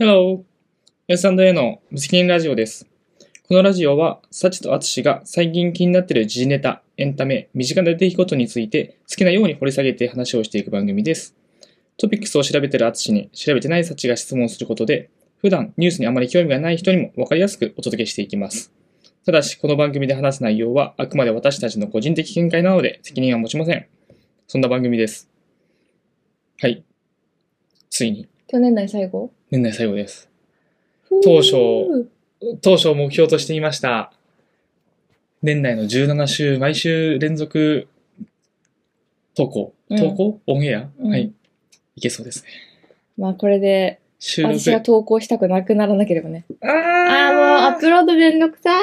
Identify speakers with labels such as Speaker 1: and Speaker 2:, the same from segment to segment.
Speaker 1: Hello! S&A の無責任ラジオです。このラジオは、サチとアツシが最近気になっている時事ネタ、エンタメ、身近な出来事について好きなように掘り下げて話をしていく番組です。トピックスを調べているアツシに調べてないサチが質問することで、普段ニュースにあまり興味がない人にも分かりやすくお届けしていきます。ただし、この番組で話す内容はあくまで私たちの個人的見解なので責任は持ちません。そんな番組です。はい。ついに、
Speaker 2: 去年内最後
Speaker 1: 年内最後です。
Speaker 2: ふう
Speaker 1: 当初当初目標としていました年内の17週毎週連続投稿
Speaker 2: うん
Speaker 1: 投稿、オンエア、
Speaker 2: うん
Speaker 1: はいいけそうですね
Speaker 2: まあこれで
Speaker 1: 収録
Speaker 2: 私が投稿したくなくならなければね
Speaker 1: あ
Speaker 2: あーもうアッ
Speaker 1: ー
Speaker 2: プロードめんどくさい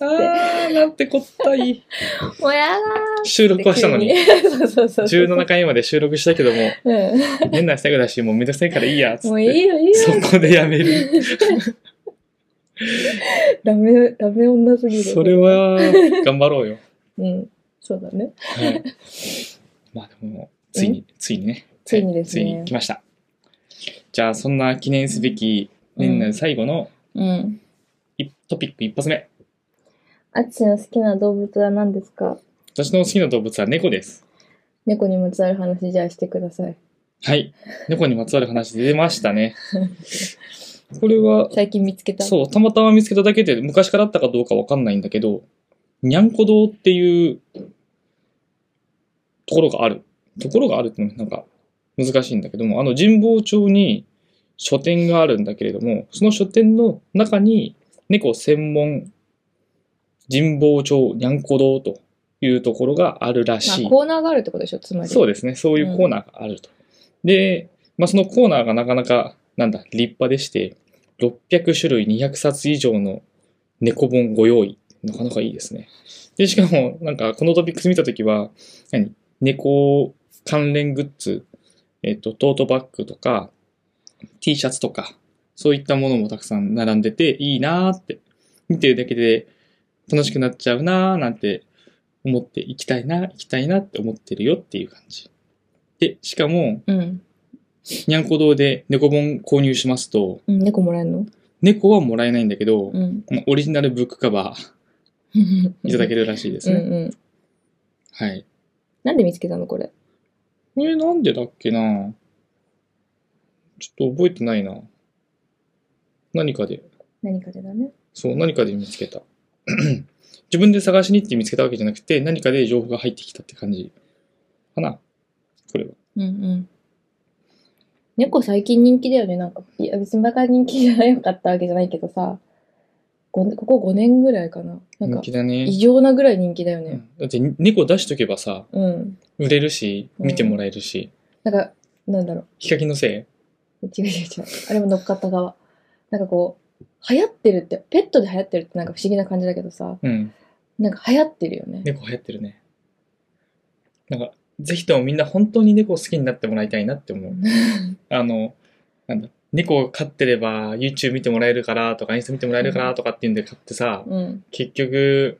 Speaker 1: あーなんてこったい
Speaker 2: もうやだ
Speaker 1: 収録はしたのに
Speaker 2: 急 そうそうそうそう
Speaker 1: 17回まで収録したけども
Speaker 2: う
Speaker 1: 年内最後だしもうめんどくさいからいいやっつって
Speaker 2: んもういいよいいよ
Speaker 1: そこでやめ る
Speaker 2: ダメダメ女すぎる
Speaker 1: それは頑張ろうよ、
Speaker 2: うんそうだね
Speaker 1: はい、まあでもついについにね
Speaker 2: ついにです
Speaker 1: はいついに
Speaker 2: ね
Speaker 1: 来ました。じゃあ、そんな記念すべき年内最後の
Speaker 2: うん
Speaker 1: 一トピック一発目。
Speaker 2: あっちの好きな動物は何ですか
Speaker 1: 私の好きな動物は猫です。
Speaker 2: 猫にまつわる話じゃあしてください
Speaker 1: はい。猫にまつわる話出ました ね。これは、
Speaker 2: 最近見つけた
Speaker 1: そう、たまたま見つけただけで昔からあったかどうかわかんないんだけど、にゃんこ堂っていうところがある。ところがあるってのもなんか難しいんだけども、あの神保町に書店があるんだけれども、その書店の中に猫専門神保町にゃんこ堂というところがあるら
Speaker 2: まあ
Speaker 1: しい。
Speaker 2: コーナーがあるってことでしょつまり
Speaker 1: そうですね、そういうコーナーがあると。で、まあ、そのコーナーがなかなか、なんだ、立派でして、600種類200冊以上の猫本ご用意。なかなかいいですね。で、しかも、なんか、このトピックス見たときは、何猫関連グッズ、えっと、トートバッグとか、T シャツとか、そういったものもたくさん並んでて、いいなーって、見てるだけで楽しくなっちゃうなーなんて思って、行きたいな、行きたいなって思ってるよっていう感じ。で、しかも、
Speaker 2: うん
Speaker 1: にゃんこ堂で猫本購入しますと、
Speaker 2: うん猫もらえるの
Speaker 1: 猫はもらえないんだけど、
Speaker 2: うん
Speaker 1: オリジナルブックカバーいただけるらしいです
Speaker 2: うん
Speaker 1: ね。
Speaker 2: うん
Speaker 1: はい。
Speaker 2: なんで見つけたのこれ
Speaker 1: これなんでだっけなちょっと覚えてないな。何かで、
Speaker 2: 何かでだね
Speaker 1: そう、何かで見つけた。 自分で探しに行って見つけたわけじゃなくて、何かで情報が入ってきたって感じかな。これは。
Speaker 2: うんうん猫最近人気だよねなんかいや別にバカ人気じゃなかったわけじゃないけどさごここ5年ぐらいかななん
Speaker 1: 人
Speaker 2: か
Speaker 1: 気だね。
Speaker 2: 異常なぐらい人気だよ
Speaker 1: う
Speaker 2: ね
Speaker 1: んだって猫出しとけばさ、
Speaker 2: うん、
Speaker 1: 売れるし、
Speaker 2: うん
Speaker 1: 見てもらえるし、
Speaker 2: なんかなんだろ
Speaker 1: ヒカキンのせ
Speaker 2: う違う違う違うあれも乗っかった側なんかこう流行ってるってペットで流行ってるってなんか不思議な感じだけどさ
Speaker 1: いうん。
Speaker 2: なんか流行ってるよね
Speaker 1: 猫流行ってるね。なんか、ぜひともみんな本当に猫を好きになってもらいたいなって思う。あの、なんだ、猫を飼ってれば YouTube 見てもらえるからとか、インスタ見てもらえるからとかっていうんで飼ってさ、
Speaker 2: うん、
Speaker 1: 結局、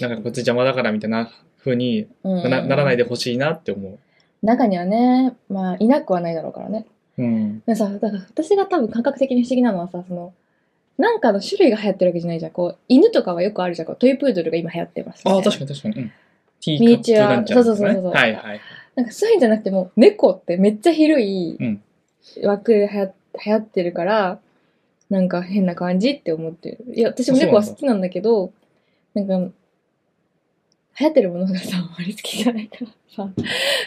Speaker 1: なんかこっち邪魔だからみたいな風に
Speaker 2: うん、
Speaker 1: なならないでほしいなって思
Speaker 2: 中にはねまあいなくはないだろうからね
Speaker 1: う。うん。
Speaker 2: でさだから私が多分感覚的に不思議なのはさそのなんかの種類が流行ってるわけじゃないじゃんこう犬とかはよくあるじゃんこうトイプードルが今流行ってます、
Speaker 1: ああ、確
Speaker 2: か
Speaker 1: かに確かに。うん。ティ
Speaker 2: ミニチュア
Speaker 1: ランチャーとかね
Speaker 2: そうそうそうそう
Speaker 1: はいはい。
Speaker 2: なんかそういうんじゃなくても猫ってめっちゃ広い
Speaker 1: うん
Speaker 2: 枠で流行流行ってるからなんか変な感じって思ってるいや私も猫は好きなんだけどなんか流行ってるものがさあまり好きじゃないからさ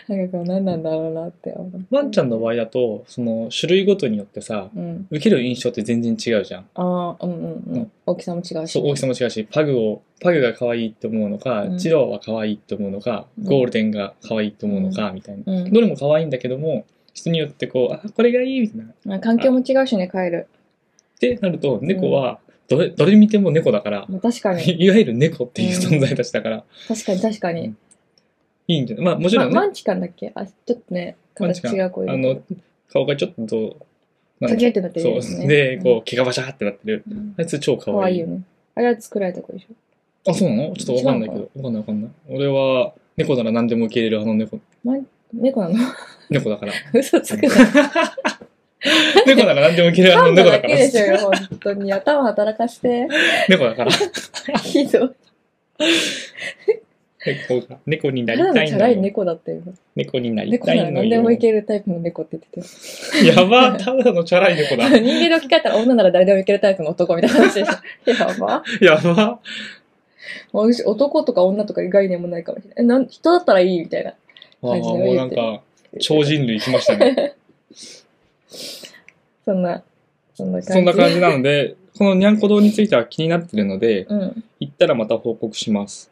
Speaker 2: なんかこう何なんだろうなって思う
Speaker 1: ワンちゃんの場合だと、その種類ごとによってさ、
Speaker 2: うん
Speaker 1: 受ける印象って全然違うじゃん。
Speaker 2: ああうんうんうん、
Speaker 1: うん
Speaker 2: 大きさも違うし
Speaker 1: そう大きさも違うしパグをパグが可愛いって思うのか、
Speaker 2: うん
Speaker 1: チロワは可愛いって思うのか、
Speaker 2: うん
Speaker 1: ゴールデンが可愛いって思うのか、みたいな
Speaker 2: うん
Speaker 1: どれも可愛いんだけども人によってこうあこれがいいみたいなっ
Speaker 2: まあ環境も違うしねカエル
Speaker 1: てなると猫はどれ,、どれ見ても猫だから、
Speaker 2: まあ確かに
Speaker 1: いわゆる猫っていう存在たちだから、
Speaker 2: 確かに確かに、
Speaker 1: うんいいんじゃないまあもち
Speaker 2: ま
Speaker 1: ろんね、
Speaker 2: マンチカンだっけあちょっとね
Speaker 1: マンチ
Speaker 2: 形
Speaker 1: カン
Speaker 2: 違う子い
Speaker 1: あ
Speaker 2: るけ
Speaker 1: の
Speaker 2: ど
Speaker 1: 顔がちょっとなん
Speaker 2: カ
Speaker 1: だ
Speaker 2: キュってなってる
Speaker 1: そ
Speaker 2: や
Speaker 1: う
Speaker 2: つ
Speaker 1: でこう毛がバシャーってなってる
Speaker 2: うんうん
Speaker 1: あいつ超可
Speaker 2: 可
Speaker 1: 愛
Speaker 2: 愛
Speaker 1: い
Speaker 2: いよねあれは作られた子でしょ
Speaker 1: あそうなのちょっとわかんないけどわかんないわかんない俺は猫なら何でも受け入れるあの猫
Speaker 2: 猫なの
Speaker 1: 猫だから
Speaker 2: 嘘つくな
Speaker 1: 猫だから何でも嫌 いな
Speaker 2: 噛んだ
Speaker 1: 猫だ
Speaker 2: だ
Speaker 1: か
Speaker 2: け
Speaker 1: ら
Speaker 2: で。しょうよ、本当に。頭働かして。
Speaker 1: 猫だから。
Speaker 2: ひどい。
Speaker 1: 猫が猫になり
Speaker 2: ただ
Speaker 1: た
Speaker 2: の
Speaker 1: い
Speaker 2: チ
Speaker 1: の
Speaker 2: ャラい
Speaker 1: よ。
Speaker 2: 猫だったよ。
Speaker 1: 猫になり
Speaker 2: 猫
Speaker 1: た
Speaker 2: ないら
Speaker 1: の
Speaker 2: 何でもい
Speaker 1: よ。
Speaker 2: けるタイプの猫って言ってた。
Speaker 1: やば、ただのチャラい猫だ。
Speaker 2: 人間で置き換えたら女なら誰でもいけるタイプの男みたいな話でしょ。やば。
Speaker 1: やば。
Speaker 2: 私、男とか女とかいう概念もないかもしれない。えなん人だったらいいみたいな。
Speaker 1: あー
Speaker 2: 感じの
Speaker 1: もうなんか、超人類来ました ね。
Speaker 2: そんな、そんな感じ。
Speaker 1: そんな感じなので、このにゃんこ堂については気になってるので、
Speaker 2: うん。
Speaker 1: 行ったらまた報告します。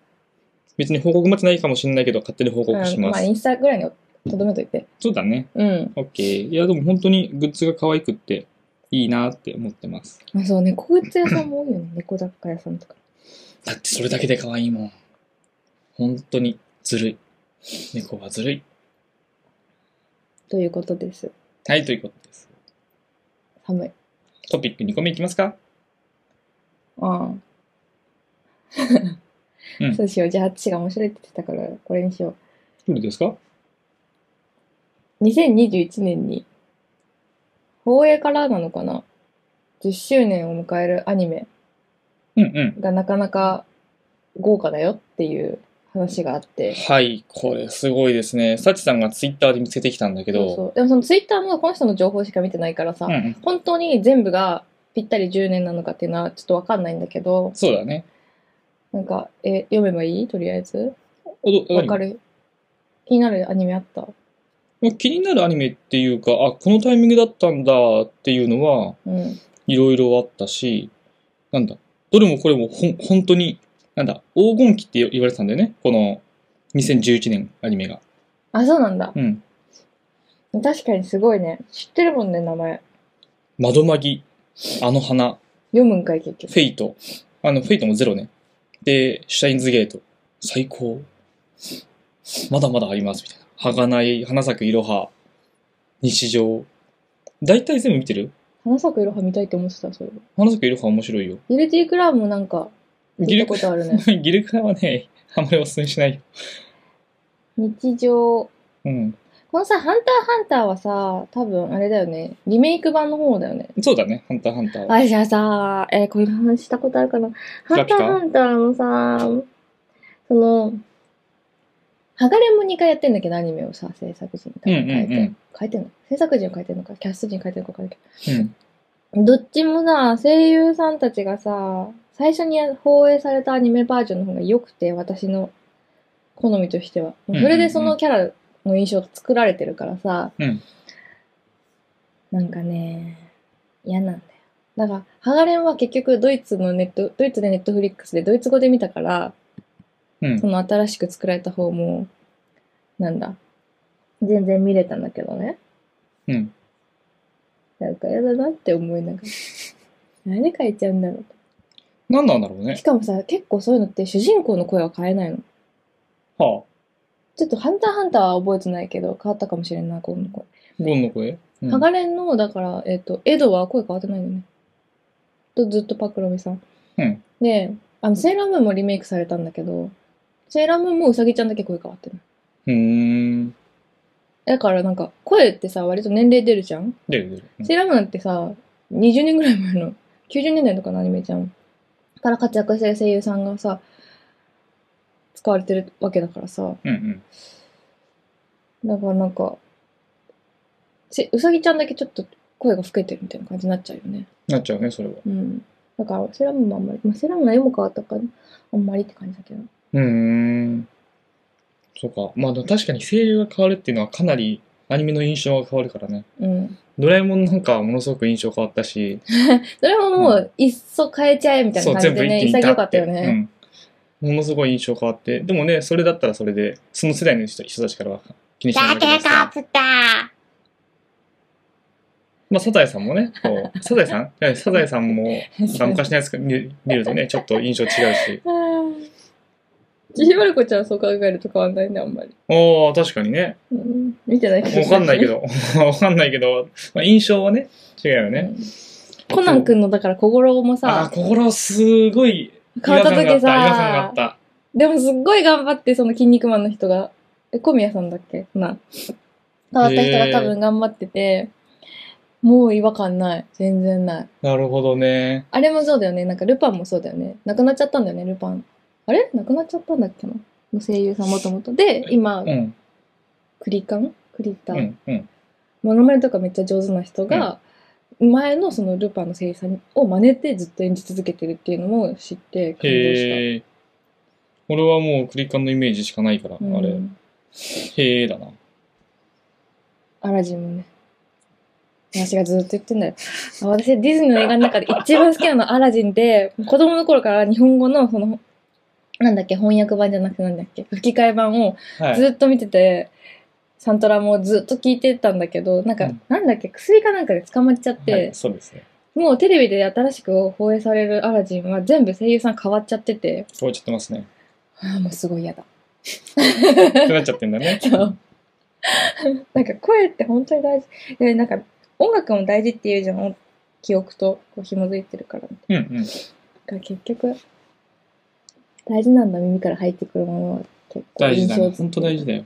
Speaker 1: 別に報告待ちないかもしれないけど、勝手に報告し
Speaker 2: あの
Speaker 1: ま
Speaker 2: まあ、
Speaker 1: す。
Speaker 2: インスタぐらいにとどめといて。
Speaker 1: そうだね。
Speaker 2: うん。
Speaker 1: OK。いや、でも本当にグッズが可愛くって、いいなって思ってます。
Speaker 2: まあ、そう、猫靴屋さんも多い よね。猫雑貨屋さんとか。
Speaker 1: だってそれだけで可愛いもん。本当にずるい。猫はずるい。
Speaker 2: ということです。
Speaker 1: はい、ということです。
Speaker 2: 寒い。
Speaker 1: トピック2個目いきますか
Speaker 2: ああ。
Speaker 1: うん
Speaker 2: そうしよう。じゃあ、あっちが面白いって言ってたから、これにしよ
Speaker 1: どれですか
Speaker 2: う。2021年に、放映からなのかな ?10 周年を迎えるアニメ
Speaker 1: うんうん。
Speaker 2: がなかなか豪華だよっていう話があって。
Speaker 1: はい、これすごいですね。サチさんがツイッターで見つけてきたんだけど。
Speaker 2: そうそう。でもそのツイッターのこの人の情報しか見てないからさ、
Speaker 1: うんうん、
Speaker 2: 本当に全部がぴったり10年なのかっていうのはちょっとわかんないんだけど、
Speaker 1: そうだね。
Speaker 2: なんか、え、読めばいいとりあえず。
Speaker 1: おど
Speaker 2: わか
Speaker 1: 何
Speaker 2: る。気になるアニメあった
Speaker 1: まあ気になるアニメっていうか、あ、このタイミングだったんだっていうのは、
Speaker 2: うん。
Speaker 1: いろいろあったし、なんだ、どれもこれもほん本当に、なんだ、黄金期って言われてたんだよね。この2011年アニメが。
Speaker 2: あ、そうなんだ。
Speaker 1: うん。
Speaker 2: 確かにすごいね。知ってるもんね、名前。
Speaker 1: 窓まぎ、あの花、
Speaker 2: 読むんかい、結
Speaker 1: フ
Speaker 2: 局。
Speaker 1: ェイト。あの、フェイトもゼロね。で、シュタインズゲート。最高。まだまだあります、みたいな。儚い、花咲くいろは、日常。大体全部見てる
Speaker 2: 花咲くいろは見たいって思ってた、それ。
Speaker 1: 花咲くいろは面白いよ。
Speaker 2: ギルティークラーもなんか、
Speaker 1: ギ
Speaker 2: 聞い
Speaker 1: ル
Speaker 2: た
Speaker 1: ク
Speaker 2: ことあるね。
Speaker 1: ギルクラはね、あんまりおすすめしないよ。
Speaker 2: 日常。
Speaker 1: うん。
Speaker 2: このさ、ハンターハンターはさ、多分あれだよね。リメイク版の方だよね。
Speaker 1: そうだね、ハンターハンターは。
Speaker 2: あ、じゃあさ、えーこういう話したことあるかな。ハ
Speaker 1: ラ
Speaker 2: ン
Speaker 1: ピュ
Speaker 2: ター
Speaker 1: タ
Speaker 2: ハンターのさ、その、ハガレンも2回やってんだけど、アニメをさ、制作陣多分変えて、
Speaker 1: うんうんうん
Speaker 2: 変えてんの制作陣を変えてんのか、キャスト陣変えてんのか分かんない
Speaker 1: うん。
Speaker 2: けど。どっちもさ、声優さんたちがさ、最初に放映されたアニメバージョンの方が良くて、私の好みとしては。
Speaker 1: ん
Speaker 2: そ
Speaker 1: うんうん
Speaker 2: れでそのキャラの印象が作られてるからさ、
Speaker 1: うん
Speaker 2: なんかね、嫌なんだよ。だから、ハガレンは結局ドイツのネット、ドイツでネットフリックスでドイツ語で見たから、
Speaker 1: うん
Speaker 2: そ。の新しく作られた方も、なんだ、全然見れたんだけどね。
Speaker 1: うん。
Speaker 2: なんか嫌だなって思いながら。 何で書いちゃうんだろ
Speaker 1: 何なんだろう
Speaker 2: う。
Speaker 1: ね
Speaker 2: し。かもさ、結構そういうのって主人公の声は変えないの。
Speaker 1: はあ。
Speaker 2: ちょっとハンターハンターは覚えてないけど、変わったかもしれんない、この声。
Speaker 1: ゴンの声。うん
Speaker 2: ハガレンの、だから、えっ、と、エドは声変わってないよね。とずっとパクロミさん。
Speaker 1: うん
Speaker 2: で、あの、セーラームーンもリメイクされたんだけど、セーラームーンもウサギちゃんだけ声変わってる。
Speaker 1: うーん。
Speaker 2: だからなんか、声ってさ、割と年齢出るじゃん、
Speaker 1: 出る出る。うん
Speaker 2: セーラームーンってさ、20年ぐらい前の、90年代とかのアニメじゃん。から活躍してる声優さんがさ、使われてるわけだからさ、
Speaker 1: うんうん。
Speaker 2: だからなんか、せうさぎちゃんだけちょっと声が老けてるみたいな感じになっちゃうよね。
Speaker 1: なっちゃうね、それは。
Speaker 2: うん。だから、セーラームーンもあんまり、まあ、セーラームーンの絵も変わったから、あんまりって感じだけど。
Speaker 1: うーん。そうか。まあでも確かに声優が変わるっていうのはかなりアニメの印象が変わるからね。
Speaker 2: うん。
Speaker 1: ドラえもんなんかはものすごく印象変わったし、
Speaker 2: それもも
Speaker 1: う
Speaker 2: う、いっそ変えちゃえみたいな感じでね、
Speaker 1: 一気に
Speaker 2: 潔か
Speaker 1: ガッ
Speaker 2: った
Speaker 1: て
Speaker 2: よね。
Speaker 1: うん。ものすごい印象変わって。でもね、それだったらそれで、その世代の人人たちからは気にしないわけですから。
Speaker 2: プター
Speaker 1: まあ、サザエさんもね、こ う、サザエさんえサザエさんも、まあ昔のやつ見見るとね、ちょっと印象違うし。
Speaker 2: ちひまる子ちゃんはそう考えると変わんないね、あんまり。
Speaker 1: ああ、確かにね。
Speaker 2: うん。見てないかもしれ
Speaker 1: わかんないけど、わかんないけど、まあ、印象はね、違うよね。
Speaker 2: うんコナン君のだから小五郎も
Speaker 1: ああ、
Speaker 2: さ、
Speaker 1: 心すごい
Speaker 2: 変わった時
Speaker 1: 違和感があ
Speaker 2: さ
Speaker 1: っ、た。
Speaker 2: でもすっごい頑張って、その筋肉マンの人が、え、小宮さんだっけな。変わった人が多分頑張ってて、もう違和感ない。全然ない。
Speaker 1: なるほどね。
Speaker 2: あれもそうだよね。なんかルパンもそうだよね。亡くなっちゃったんだよね、ルパン。あれ亡くなっちゃったんだっけなもう声優さんもともと。で、今、
Speaker 1: うん。
Speaker 2: クリカンクリタ
Speaker 1: う
Speaker 2: ン、
Speaker 1: ん。うん。
Speaker 2: モノマネとかめっちゃ上手な人が、前のそのルパンの声優さんを真似てずっと演じ続けてるっていうのも知って感動した。
Speaker 1: へえ。俺はもうクリカンのイメージしかないから、
Speaker 2: うん
Speaker 1: あれ、へえだな。
Speaker 2: アラジンもね。私がずっと言ってんだよ。あ私、ディズニーの映画の中で一番好きなのはアラジンで、子供の頃から日本語の、その、なんだっけ、翻訳版じゃなくてなんだっけ、吹き替え版を
Speaker 1: はい。
Speaker 2: ずっと見てて、サントラもずっと聞いてたんだけど、なんか、
Speaker 1: うん
Speaker 2: なんだっけ、薬かなんかで捕まっちゃって、
Speaker 1: はい、そうですね。
Speaker 2: もうテレビで新しく放映されるアラジンは全部声優さん変わっちゃってて、
Speaker 1: 超えちゃってますね。
Speaker 2: ああ、もうすごい嫌だ。
Speaker 1: ってなっちゃってんだ ね。
Speaker 2: そう。なんか声って本当に大事。で、なんか音楽も大事って言うじゃん。記憶とこう紐づいてるから。だ
Speaker 1: うんうん。
Speaker 2: から結局、大事なんだ、耳から入ってくるものは結構
Speaker 1: 大事
Speaker 2: 印
Speaker 1: だ
Speaker 2: 象
Speaker 1: ね。
Speaker 2: 付き
Speaker 1: 本当大事だよ。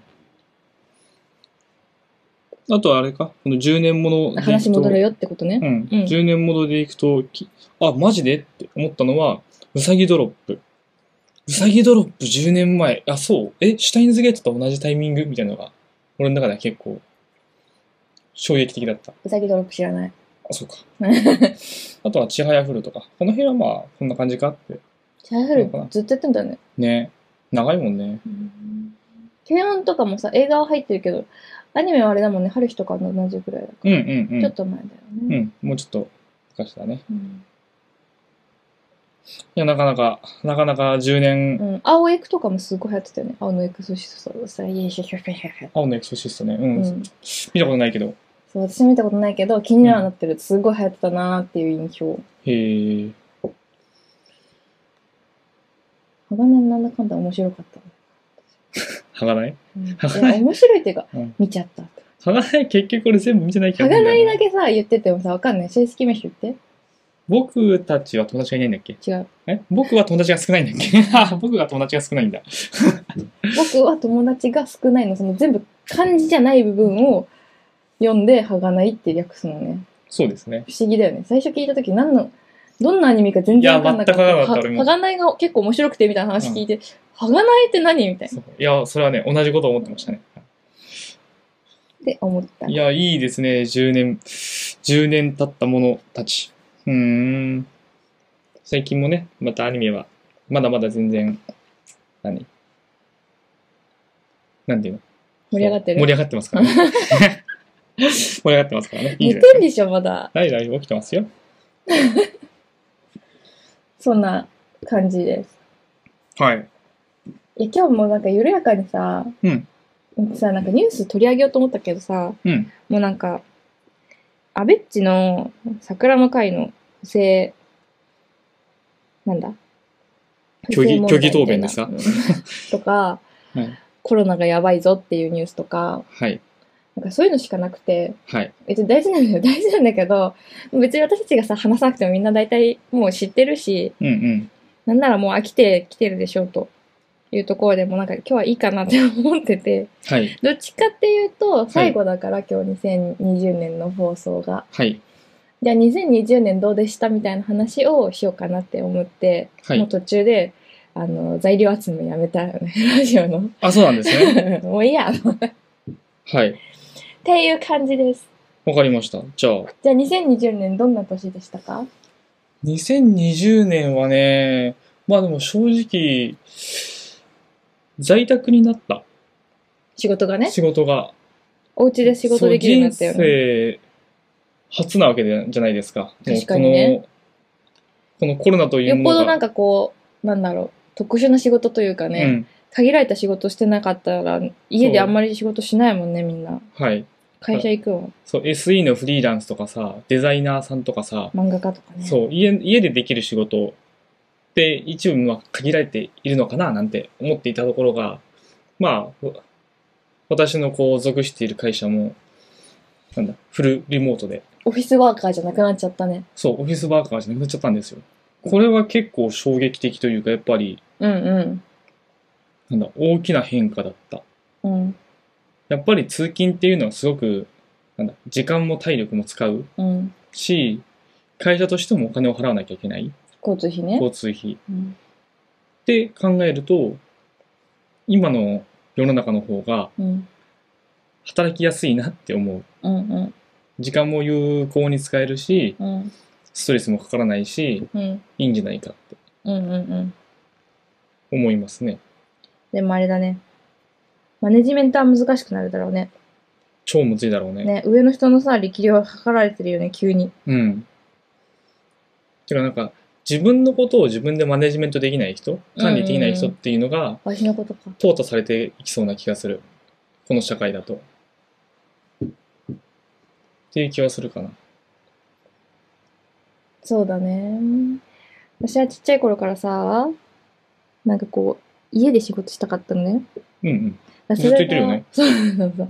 Speaker 1: あとはあれか、この10年ものでいくと。
Speaker 2: 話戻るよってことね。
Speaker 1: うん、
Speaker 2: うん
Speaker 1: 10年ものでいくときあマジでって思ったのはうさぎドロップうさぎドロップ10年前あそうえシュタインズゲートと同じタイミングみたいなのが俺の中では結構衝撃的だった
Speaker 2: うさぎドロップ知らない。
Speaker 1: あ そうかあとは「ちはやふる」とかこの辺はまあこんな感じかって
Speaker 2: チャイフルずっとやってんだよね。
Speaker 1: ね長いもんね
Speaker 2: 軽音とかもさ、映画は入ってるけど、アニメはあれだもんね、春日とかと同じぐらいだか
Speaker 1: うんうんう
Speaker 2: ら、
Speaker 1: ん
Speaker 2: ちょっと前だよ
Speaker 1: う
Speaker 2: ね。
Speaker 1: んもうちょっと昔だね
Speaker 2: うん
Speaker 1: いやなかなかなかなか10年、
Speaker 2: うん、青エクとかもすごい流行ってたよね。青のエクソシストさ、イエシェシェシェシェシェ
Speaker 1: 青のエクソシストねうん、
Speaker 2: うん
Speaker 1: 見たことないけど
Speaker 2: そう私も見たことないけど気になるようになってるすごい流行ってたなーっていう印象
Speaker 1: へえ
Speaker 2: 鋼のなんだかんだ面白かった、
Speaker 1: はがない
Speaker 2: うん、い
Speaker 1: 鋼
Speaker 2: や面白いっていうか、
Speaker 1: うん
Speaker 2: 見ちゃった
Speaker 1: はがない結局俺全部見てないけどね。
Speaker 2: 鋼だけさ言っててもさわかんない正式名称言っ
Speaker 1: 僕たちは友達がいないんだっけ
Speaker 2: て違う
Speaker 1: え僕は友達が少ないんだっけ あ僕が友達が少ないんだ。
Speaker 2: 僕は友達が少ないのその全部漢字じゃない部分を読んで鋼って略すのね
Speaker 1: そうですね。
Speaker 2: 不思議だよね最初聞いた時何のどんなアニメか全然わかんなかった
Speaker 1: いや全くわかんなかった
Speaker 2: は
Speaker 1: 俺も
Speaker 2: 鋼が結構面白くてみたいな話聞いて、鋼って何みたいな
Speaker 1: そういや、それはね、同じこと思ってましたね。
Speaker 2: って思った
Speaker 1: いや、いいですね。10年、10年経った者たち。うーん。最近もね、またアニメは、まだまだ全然、何なんていうの
Speaker 2: 盛り上がってる
Speaker 1: 盛り上がってます からね。盛り上がってますからね。いい
Speaker 2: 寝
Speaker 1: じゃない
Speaker 2: てん
Speaker 1: です
Speaker 2: でしょまだ
Speaker 1: か。大丈夫、起きてますよ。
Speaker 2: そんな感じです。
Speaker 1: はい。
Speaker 2: いや今日もなんか緩やかにさ、
Speaker 1: うん
Speaker 2: さなんかニュース取り上げようと思ったけどさ
Speaker 1: うん。
Speaker 2: もうなんかアベッチの桜の会の不正なんだ
Speaker 1: 虚偽
Speaker 2: 不正問題みたいな
Speaker 1: 虚偽答弁ですか
Speaker 2: うんとか、
Speaker 1: はい
Speaker 2: コロナがやばいぞっていうニュースとか
Speaker 1: はい。
Speaker 2: なんかそういうのしかなくて
Speaker 1: はい。
Speaker 2: 別に大事なんだよ 大事なんだけど別に私たちがさ話さなくてもみんな大体もう知ってるし
Speaker 1: うんうん。
Speaker 2: なんならもう飽きてきてるでしょうというところでもうなんか今日はいいかなって思ってて、
Speaker 1: はい。
Speaker 2: どっちかっていうと最後だから今日2020年の放送が。
Speaker 1: はい。
Speaker 2: じゃあ2020年どうでしたみたいな話をしようかなって思って、
Speaker 1: はい
Speaker 2: もう途中で、あの、材料集めやめたよね、 ラジオの。
Speaker 1: あ、そうなんです ね。
Speaker 2: もういいや。っ
Speaker 1: はい。
Speaker 2: ていう感じです。
Speaker 1: わかりました。じゃあ、
Speaker 2: じゃあ2020年どんな年でしたか
Speaker 1: 2020年はね、まあでも正直、在宅になった。
Speaker 2: 仕事がね。
Speaker 1: 仕事が。
Speaker 2: お家で仕事できるようになったよ
Speaker 1: そう
Speaker 2: ね。
Speaker 1: 人生初なわけじゃないですか。
Speaker 2: 確かにね
Speaker 1: もうこの、このコロナとい
Speaker 2: よ
Speaker 1: う
Speaker 2: っ
Speaker 1: も
Speaker 2: ぽ
Speaker 1: の
Speaker 2: どな
Speaker 1: が。
Speaker 2: んかこう、なんだろう、特殊な仕事というかね、
Speaker 1: うん。
Speaker 2: 限られた仕事してなかったら家であんまり仕事しないもんねみんな
Speaker 1: はい。
Speaker 2: 会社行くもん
Speaker 1: そう、SE のフリーランスとかさ、デザイナーさんとかさ、
Speaker 2: 漫画家とかね
Speaker 1: そう、家、家でできる仕事って一部は限られているのかななんて思っていたところが、まあ、わ私のこう属している会社も、なんだ、フルリモートで、
Speaker 2: オフィスワーカーじゃなくなっちゃったね
Speaker 1: そう、オフィスワーカーじゃなくなっちゃったんですよ。これは結構衝撃的というか、やっぱり、
Speaker 2: うん
Speaker 1: なんだ、大きな変化だった。
Speaker 2: うんうん
Speaker 1: やっぱり通勤っていうのはすごくなんだ、時間も体力も使う
Speaker 2: うん。
Speaker 1: し、会社としてもお金を払わなきゃいけない。
Speaker 2: 交通費ね。
Speaker 1: 交通費。っ
Speaker 2: うん。
Speaker 1: て考えると、今の世の中の方が
Speaker 2: うん。
Speaker 1: 働きやすいなって思う。
Speaker 2: うん。うん。
Speaker 1: 時間も有効に使えるし、
Speaker 2: うん。
Speaker 1: ストレスもかからないし、
Speaker 2: うん。
Speaker 1: いいんじゃないかって
Speaker 2: うん。うん。
Speaker 1: 思いますね。
Speaker 2: でもあれだね。マネジメントは難しくなるだろうね。
Speaker 1: 超むずいだろうね。
Speaker 2: ね、上の人のさ、力量が測られてるよね、急に。
Speaker 1: うん。てかなんか、自分のことを自分でマネジメントできない人、管理できない人っていうのが、
Speaker 2: わしのことか。
Speaker 1: 淘汰されていきそうな気がする。この社会だと。っていう気はするかな。
Speaker 2: そうだね。私はちっちゃい頃からさ、なんかこう、家で仕事したかったのね。
Speaker 1: うんうん。
Speaker 2: だ
Speaker 1: ずっと言ってるよね。
Speaker 2: それがそうそうそう。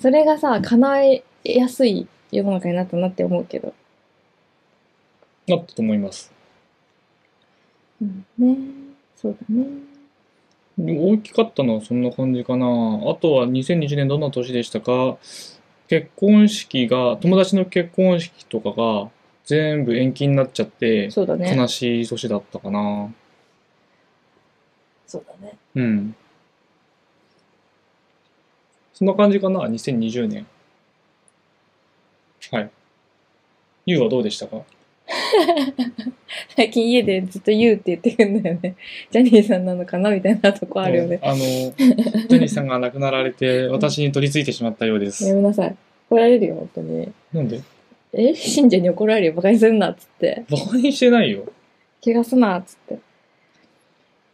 Speaker 2: それがさ、叶えやすい世の中になったなって思うけど。
Speaker 1: なったと思います。
Speaker 2: うん、ね。そうだね。
Speaker 1: 大きかったのはそんな感じかな。あとは2020年どんな年でしたか結婚式が、友達の結婚式とかが全部延期になっちゃって、
Speaker 2: そうだね。
Speaker 1: 悲しい年だったかな。
Speaker 2: そうだね。
Speaker 1: うん。そんな感じかな、2020年。はい。ゆうはどうでしたか
Speaker 2: 最近家でずっと言うって言ってくんだよね。ジャニーさんなのかなみたいなとこあるよね。
Speaker 1: うんあの、ジャニーさんが亡くなられて、私に取り付いてしまったようで
Speaker 2: や
Speaker 1: す。
Speaker 2: めなさい。怒られるよ、本当に。
Speaker 1: なんで
Speaker 2: え信者に怒られるよ、馬鹿にするな、っつって。
Speaker 1: バカにしてないよ。
Speaker 2: 怪我すな、っつって。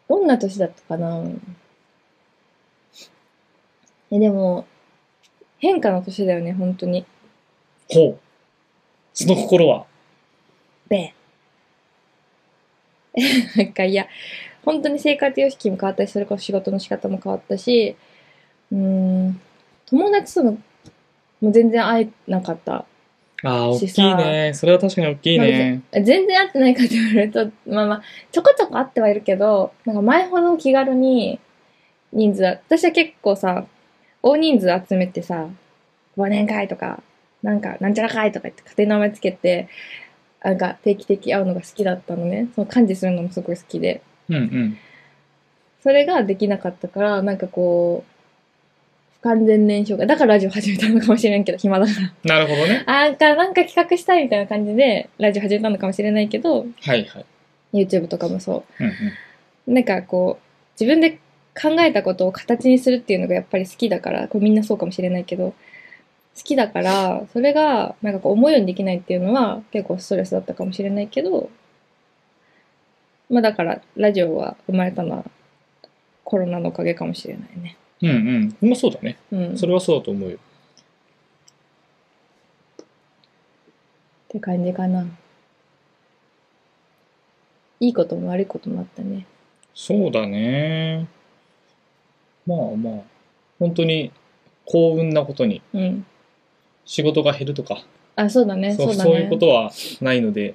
Speaker 2: どんな年だったかなえ、でも、変化の年だよね、本当に。
Speaker 1: ほう。その心は。
Speaker 2: べえ。 なんか、いや、本当に生活様式も変わったし、それこそ仕事の仕方も変わったし、うーん、友達との、もう全然会えなかった。
Speaker 1: ああ、大
Speaker 2: し
Speaker 1: き
Speaker 2: さ
Speaker 1: いね。それは確かに大きいね。
Speaker 2: 全然会ってないかって言われると、まあまあ、ちょこちょこ会ってはいるけど、なんか前ほど気軽に人数は、私は結構さ、大人数集めてさ、忘年会とか、なんか、なんちゃら会とか言って勝手に名前つけて、なんか定期的に会うのが好きだったのね。その感じするのもすごい好きで。
Speaker 1: うんうん。
Speaker 2: それができなかったから、なんかこう、不完全燃焼が、だからラジオ始めたのかもしれんけど、暇だから。
Speaker 1: なるほどね。
Speaker 2: あーなんか、なんか企画したいみたいな感じで、ラジオ始めたのかもしれないけど、
Speaker 1: はいはい。
Speaker 2: YouTube とかもそ
Speaker 1: うんうん。
Speaker 2: う。なんかこう、自分で考えたことを形にするっていうのがやっぱり好きだから、これみんなそうかもしれないけど、好きだから、それがなんかこう思うようにできないっていうのは結構ストレスだったかもしれないけど、まあだから、ラジオは生まれたのはコロナのおかげかもしれないね。
Speaker 1: うんうん。まあそうだね。
Speaker 2: うん。
Speaker 1: それはそうだと思うよ。
Speaker 2: って感じかな。いいことも悪いこともあったね。
Speaker 1: そうだね。まあまあ、本当に幸運なことに
Speaker 2: うん。
Speaker 1: 仕事が減るとか、
Speaker 2: あ、そうだね。
Speaker 1: そう
Speaker 2: だ
Speaker 1: そ
Speaker 2: ね。
Speaker 1: ういうことはないので、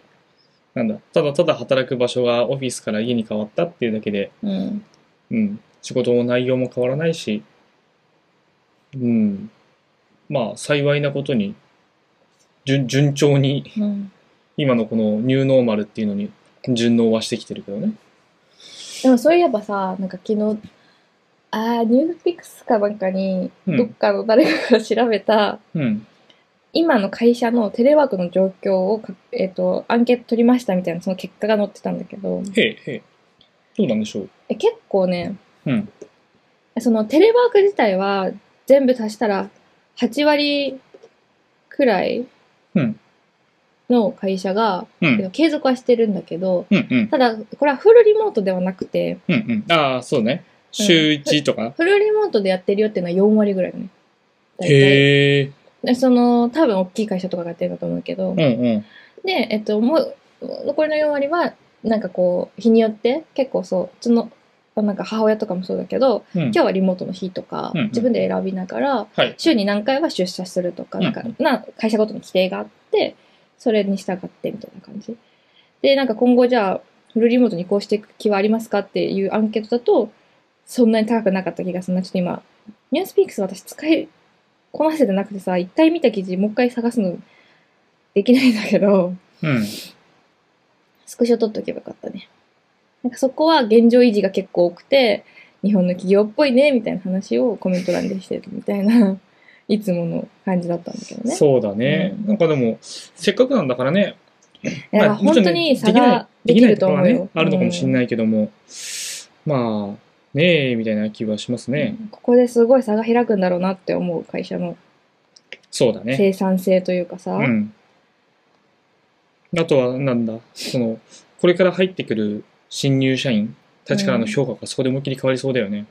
Speaker 1: なんだ、ただただ働く場所がオフィスから家に変わったっていうだけで、
Speaker 2: うん。
Speaker 1: うん、仕事の内容も変わらないし、うん、まあ幸いなことに、順順調に、
Speaker 2: うん。
Speaker 1: 今のこのニューノーマルっていうのに順応はしてきてるけどね。
Speaker 2: でもそういえばさ、なんか昨日、あーニュースピックスかなんかに、
Speaker 1: うん
Speaker 2: どっかの誰かが調べた、
Speaker 1: うん、
Speaker 2: 今の会社のテレワークの状況をか、えっ、と、アンケート取りましたみたいな、その結果が載ってたんだけど、
Speaker 1: へえへえ、どうなんでしょう。
Speaker 2: え結構ね、
Speaker 1: うん、
Speaker 2: そのテレワーク自体は全部足したら8割くらい
Speaker 1: うん
Speaker 2: の会社が、
Speaker 1: うん
Speaker 2: けど、継続はしてるんだけど、
Speaker 1: うんうん。
Speaker 2: ただこれはフルリモートではなくて
Speaker 1: うんうん。ああ、そうね。週1とか。
Speaker 2: フルリモートでやってるよっていうのは4割ぐらいだね。大体
Speaker 1: へえ。
Speaker 2: でその多分大きい会社とかがやってるんだと思うけど、
Speaker 1: うんうん。
Speaker 2: で、えっと、もう残りの4割はなんかこう日によって結構そうそのなんか母親とかもそうだけど、
Speaker 1: うん
Speaker 2: 今日はリモートの日とか、
Speaker 1: うんうん
Speaker 2: 自分で選びながら、
Speaker 1: はい
Speaker 2: 週に何回は出社するとか、
Speaker 1: うん
Speaker 2: なんか、な、会社ごとの規定があって、それに従ってみたいな感じ。で、なんか今後じゃあ、フルリモートに移行していく気はありますかっていうアンケートだと、そんなに高くなかった気がするな。ちょっと今、ニュースピックス私使いこなせてなくてさ、一回見た記事もう一回探すのできないんだけど、
Speaker 1: うん。
Speaker 2: スクショ撮っとけばよかったね。なんかそこは現状維持が結構多くて、日本の企業っぽいね、みたいな話をコメント欄でしてるみたいな、いつもの感じだったんだけどね。
Speaker 1: そうだね、
Speaker 2: うん
Speaker 1: なんかでも、せっかくなんだからね、
Speaker 2: だから
Speaker 1: もち
Speaker 2: 本
Speaker 1: ろん
Speaker 2: 当
Speaker 1: ね
Speaker 2: に差
Speaker 1: きない
Speaker 2: ができると思う
Speaker 1: できない
Speaker 2: よ
Speaker 1: こ。ろはね、あるのかもしれ
Speaker 2: い。
Speaker 1: ないけども、まあ、ねえ、みたいな気はしますね。
Speaker 2: ここですごい差が開くんだろうなって思う会社の
Speaker 1: そうだね。
Speaker 2: 生産性というかさ、
Speaker 1: うん。あとは、なんだ、その、これから入ってくる新入社員たちからの評価がそこで思いっきり変わりそうだよね。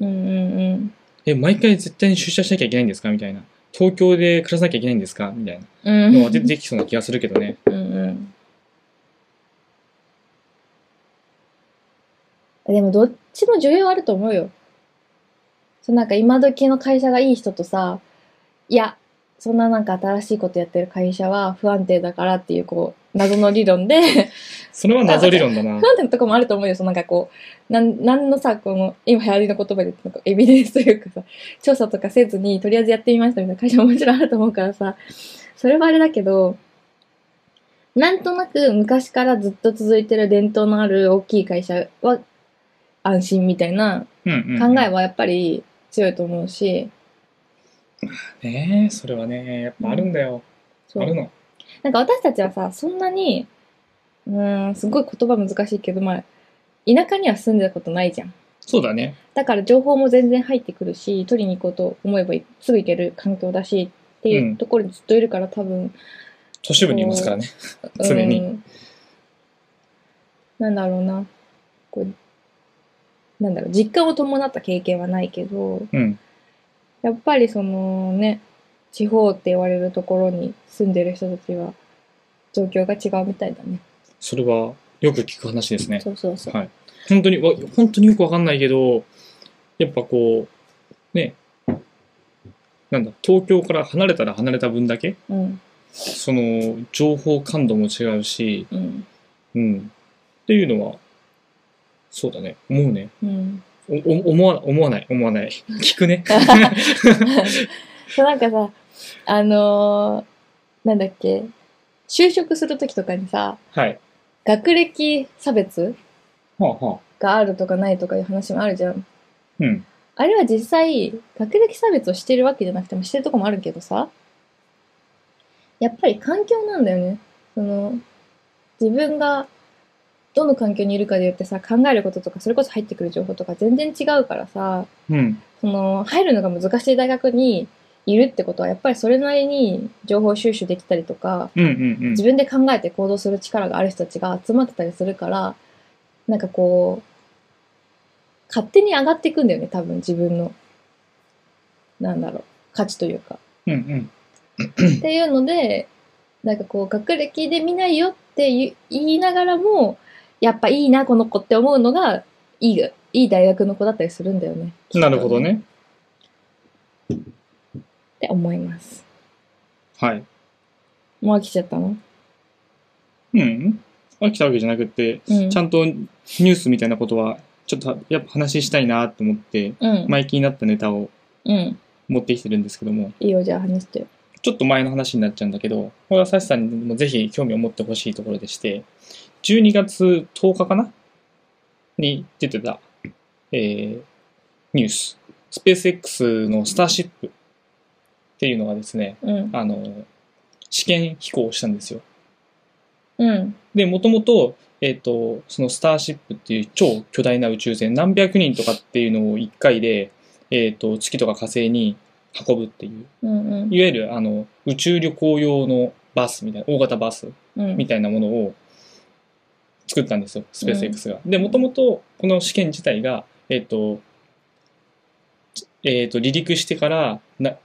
Speaker 2: うんうんうん
Speaker 1: え、毎回絶対に出社しなきゃいけないんですかみたいな。東京で暮らさなきゃいけないんですかみたいな
Speaker 2: うん
Speaker 1: のは出てきそうな気がするけど ね。
Speaker 2: うんうんでもどっちも需要あると思うよ。そうなんか今時の会社がいい人とさ、いや、そんななんか新しいことやってる会社は不安定だからっていうこう、謎の理論で、
Speaker 1: それは謎理論だな
Speaker 2: 不。安定なとこもあると思うよ。そのなんかこう、なん、なんのさ、この、今流行りの言葉で、なんかエビデンスというかさ、調査とかせずに、とりあえずやってみましたみたいな会社ももちろんあると思うからさ、それはあれだけど、なんとなく昔からずっと続いてる伝統のある大きい会社は、安心みたいな
Speaker 1: うんうん、
Speaker 2: 考えはやっぱり強いと思うし、
Speaker 1: ねえ、それはね、やっぱあるんだよ。
Speaker 2: そう
Speaker 1: あるの。
Speaker 2: なんか私たちはさ、そんなに、うーん、すごい言葉難しいけど、まあ、田舎には住んでたことないじゃん。
Speaker 1: そうだね。
Speaker 2: だから情報も全然入ってくるし、取りに行こうと思えばすぐ行ける環境だしっていうんうところにずっといるから、多分、
Speaker 1: 都市部にいますからね。
Speaker 2: うん
Speaker 1: 常に
Speaker 2: なんだろうな。こうなんだろう、実感を伴った経験はないけど、
Speaker 1: うん。
Speaker 2: やっぱりそのね、地方って言われるところに住んでる人たちは、状況が違うみたいだね。
Speaker 1: それはよく聞く話ですね。
Speaker 2: そうそうそう。
Speaker 1: はい。本当に、わ本当によくわかんないけど、やっぱこう、ね、なんだ、東京から離れたら離れた分だけ、
Speaker 2: うん。
Speaker 1: その、情報感度も違うし、
Speaker 2: うん。
Speaker 1: うん。っていうのは、そうだね。思うね。
Speaker 2: うん。
Speaker 1: おお思わ思わない、思わない。聞 くね。
Speaker 2: そうなんかさ、あのーなんだっけ、就職するときとかにさ、
Speaker 1: はい。
Speaker 2: 学歴差別
Speaker 1: はあはあ。
Speaker 2: があるとかないとかいう話もあるじゃん。
Speaker 1: うん。
Speaker 2: あれは実際、学歴差別をしてるわけじゃなくてもしてるとこもあるけどさ、やっぱり環境なんだよね。その、自分がどの環境にいるかでよってさ、考えることとか、それこそ入ってくる情報とか全然違うからさ、
Speaker 1: うん。
Speaker 2: その入るのが難しい大学にいるってことはやっぱりそれなりに情報収集できたりとか
Speaker 1: うんうん
Speaker 2: 自分で考えて行動する力がある人たちが集まってたりするからなんかこう勝手に上がっていくんだよね多分自分のなんだろう価値というか。
Speaker 1: うん。うんうん。
Speaker 2: っていうのでなんかこう学歴で見ないよって言い言いながらもやっぱいいなこの子って思うのがいいいい大学の子だったりするんだよね。
Speaker 1: なるほどね。
Speaker 2: って思います。
Speaker 1: はい。
Speaker 2: もう飽きちゃったの、
Speaker 1: うん。飽きたわけじゃなくて、
Speaker 2: うん、
Speaker 1: ちゃんとニュースみたいなことは、ちょっとやっぱ話したいなと思って、
Speaker 2: うん。
Speaker 1: 前気になったネタを
Speaker 2: うん。
Speaker 1: 持ってきてるんですけども、
Speaker 2: いいよ、じゃあ話してよ。
Speaker 1: ちょっと前の話になっちゃうんだけど、これはサシさんにもぜひ興味を持ってほしいところでして、12月10日かなに出てた、えーニュース。スペース X のスターシップっていうのがですね、
Speaker 2: うん。
Speaker 1: あの、試験飛行をしたんですよ。
Speaker 2: うん。
Speaker 1: で、もともと、えっ、と、そのスターシップっていう超巨大な宇宙船、何百人とかっていうのを1回で、えっ、と、月とか火星に運ぶっていう
Speaker 2: うん。うん
Speaker 1: いわゆるあの宇宙旅行用のバスみたいな、大型バス
Speaker 2: うん。
Speaker 1: みたいなものを作ったんですよ、スペース X が。で、もともとこの試験自体が、えっ、と、えっ、と、離陸してからな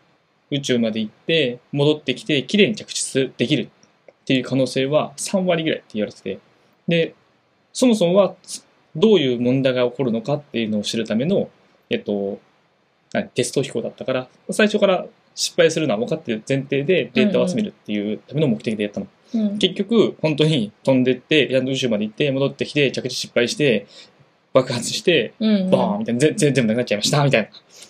Speaker 1: 宇宙まで行って、戻ってきて、綺麗に着地できるっていう可能性は3割ぐらいって言われてて、で、そもそもはどういう問題が起こるのかっていうのを知るための、えっ、と、何テスト飛行だったから、最初から失敗するのは分かってる前提でデータを集めるっていうための目的でやったの。
Speaker 2: うん。
Speaker 1: 結局、本当に飛んでって、ランド宇宙まで行って、戻ってきて、着地失敗して、爆発して、
Speaker 2: うん。
Speaker 1: バーンみたいな、全全全部なくなっちゃいました、みたいな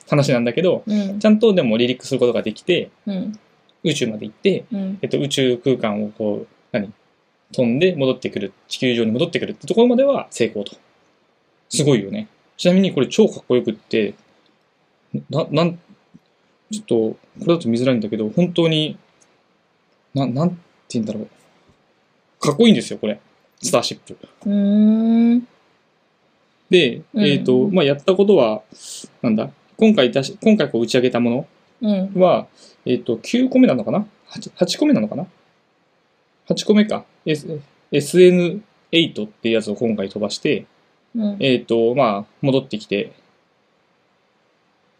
Speaker 1: 話なんだけど、
Speaker 2: うん
Speaker 1: ち。ゃんとでも離陸することができて、
Speaker 2: うん。
Speaker 1: 宇宙まで行って、
Speaker 2: うん。
Speaker 1: えっと、宇宙空間をこう、何飛んで戻ってくる、地球上に戻ってくるってところまでは成功と。すごいよね。ちなみにこれ超かっこよくって、な、なん、ちょっと、これだと見づらいんだけど、本当に、な、なんて言うんだろう。かっこいいんですよ、これ。スターシップ。
Speaker 2: うーん。
Speaker 1: で、
Speaker 2: うん
Speaker 1: えっ、と、まあ、やったことは、なんだ今回出し、今回こう打ち上げたも
Speaker 2: うん。
Speaker 1: のは、えっ、と、9個目なのかな 8, 8個目なのかな ?8 個目か。S- SN8 っていうやつを今回飛ばして、
Speaker 2: うん。
Speaker 1: えっ、と、まあ、戻ってきて、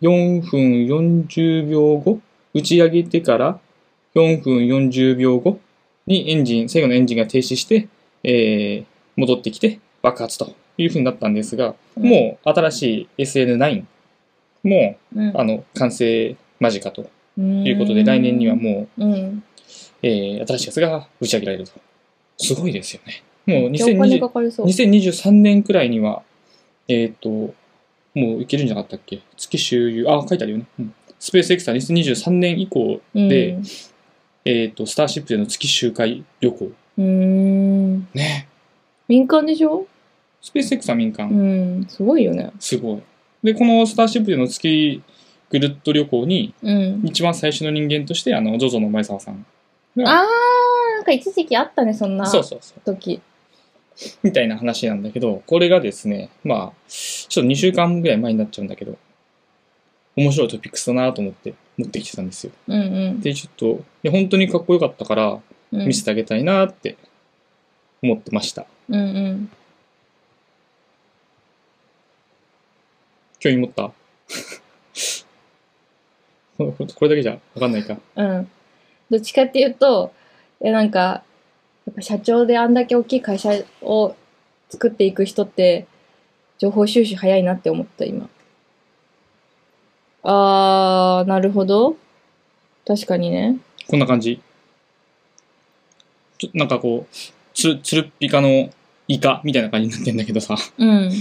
Speaker 1: 4分40秒後打ち上げてから4分40秒後にエンジン、最後のエンジンが停止して、えー戻ってきて爆発というふうになったんですが、もう新しい SN9 も
Speaker 2: うん、
Speaker 1: あの完成間近と
Speaker 2: と
Speaker 1: い
Speaker 2: いう
Speaker 1: ことで、来年にはも
Speaker 2: う、うん、
Speaker 1: う、えー新しいやつが打ち上げられると。すごいですよね。もう
Speaker 2: めっちゃお金
Speaker 1: 2020
Speaker 2: かかりそう。
Speaker 1: 2023年くらいには、えっ、と、もういけるんじゃなかったっけ月周遊、あ、書いてあるよね。うんスペース X は2023年以降、でえっ、と、スターシップでの月周回旅行。
Speaker 2: うん、うーん
Speaker 1: ね。
Speaker 2: 民間でしょ
Speaker 1: スペース X は民間。
Speaker 2: うん、すごいよね。
Speaker 1: すごい。で、このスターシップでの月ぐるっと旅行に、
Speaker 2: うん。
Speaker 1: 一番最初の人間として、あの、ジョジョの前澤さん。
Speaker 2: あー、なんか一時期あったね、そんな
Speaker 1: そうそうそう。
Speaker 2: 時。
Speaker 1: みたいな話なんだけど、これがですね、まあ、ちょっと2週間ぐらい前になっちゃうんだけど、面白いトピックスだなと思って持ってきてたんですよ。
Speaker 2: うんうん
Speaker 1: で、ちょっと、いや、本当にかっこよかったから、
Speaker 2: うん。
Speaker 1: 見せてあげたいなって思ってました。
Speaker 2: うんうん。
Speaker 1: 興味持った これこれだけじゃわかんないか。
Speaker 2: うん。どっちかっていうと、いやなんか、やっぱ社長であんだけ大きい会社を作っていく人って、情報収集早いなって思った、今。あー、なるほど。確かにね。
Speaker 1: こんな感じ。ちょなんかこう、つる、つるっぴかのイカみたいな感じになってんだけどさ、
Speaker 2: うん。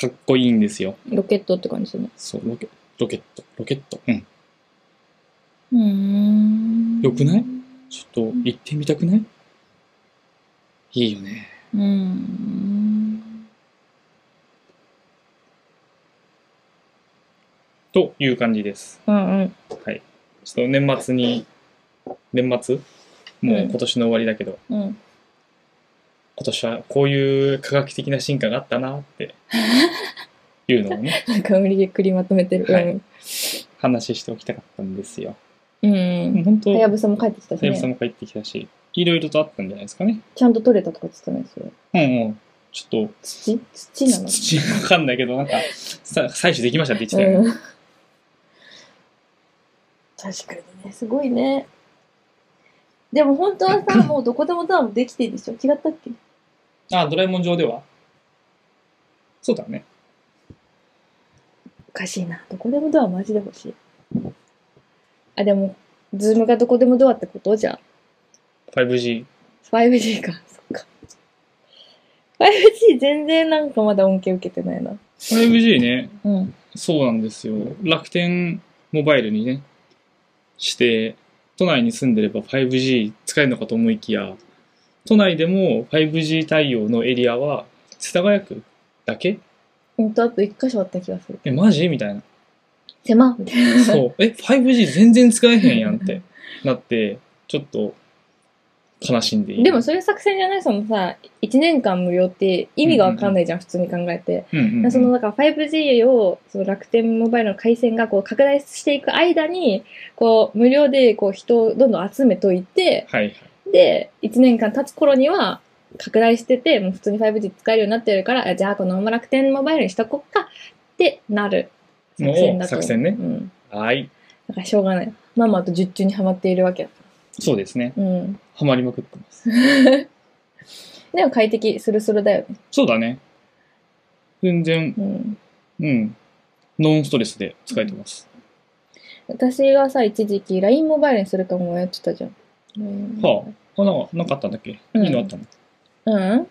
Speaker 1: かっこいいんですよ。
Speaker 2: ロケットって感じだね。
Speaker 1: そう、ロケ、ロケット、ロケット。うん。
Speaker 2: うーん
Speaker 1: よくないちょっと行ってみたくないいいよね。
Speaker 2: うーん。
Speaker 1: という感じです。
Speaker 2: うんうん。
Speaker 1: ちょっと年末に、年末もう
Speaker 2: うん
Speaker 1: 今年の終わりだけど、
Speaker 2: うん。
Speaker 1: 今年はこういう科学的な進化があったなって いうのをね、
Speaker 2: なんか無理ゆっくりまとめてる。
Speaker 1: はい話しておきたかったんですよ。
Speaker 2: うん。
Speaker 1: もう
Speaker 2: う。
Speaker 1: ん本当、
Speaker 2: はや
Speaker 1: は
Speaker 2: ぶさも帰ってきたし
Speaker 1: やぶさ
Speaker 2: ね。
Speaker 1: も帰ってきたし、いろいろとあったんじゃないですかね。
Speaker 2: ちゃんと取れたとか言ってたんですよ。
Speaker 1: うんうん。ちょっと、
Speaker 2: 土土なの
Speaker 1: 土わかんないけど、なんか、さ採取できましたって言ってたよね。
Speaker 2: うん。確かにね、すごいね。でも本当はさ、もうどこでもドアもできてるでしょ違ったっけ
Speaker 1: あ、ドラえもん上ではそうだね。
Speaker 2: おかしいな。どこでもドアマジで欲しい。あ、でも、ズームがどこでもドアってことじゃあ。
Speaker 1: 5G。
Speaker 2: 5G か、 そっか。5G 全然なんかまだ恩恵受けてないな。
Speaker 1: 5G ね、
Speaker 2: うん。
Speaker 1: そうなんですよ。楽天モバイルにね、して、都内に住んでれば 5G 使えるのかと思いきや、都内でも 5G 対応のエリアは、世田谷区だけ
Speaker 2: ほんとあと一箇所あった気がする。
Speaker 1: え、マジみたい な。
Speaker 2: 狭っみたいな。
Speaker 1: そう。え、5G 全然使えへんやん ってなって、ちょっと悲しんでいる
Speaker 2: でも、そういう作戦じゃないそのさ、1年間無料って意味がわかんないじゃん、普通に考えて。
Speaker 1: うんうんうん
Speaker 2: その、だから 5G を、その楽天モバイルの回線がこう拡大していく間に、こう、無料でこう人をどんどん集めといて、
Speaker 1: はいはい。
Speaker 2: で、1年間経つ頃には、拡大してて、もう普通に 5G 使えるようになってるから、あじゃあこのまま楽天モバイルにしとこっかってなる
Speaker 1: も
Speaker 2: 作戦だ
Speaker 1: う
Speaker 2: と。
Speaker 1: 作戦ね。
Speaker 2: うん。
Speaker 1: はい。
Speaker 2: だからしょうがない。ママと十中にはまっているわけだか
Speaker 1: そうですね。
Speaker 2: ら。うん。
Speaker 1: ハマりまくってます。
Speaker 2: でも快適、スルスルだよね。
Speaker 1: そうだね。全然、
Speaker 2: うん。
Speaker 1: うん。ノンストレスで使えてます。
Speaker 2: 私はさ、一時期 LINE モバイルにするかもやってたじゃん。うん
Speaker 1: はあ、なんか、なんかあったんだっけ、
Speaker 2: うん
Speaker 1: いいのあったの
Speaker 2: うん。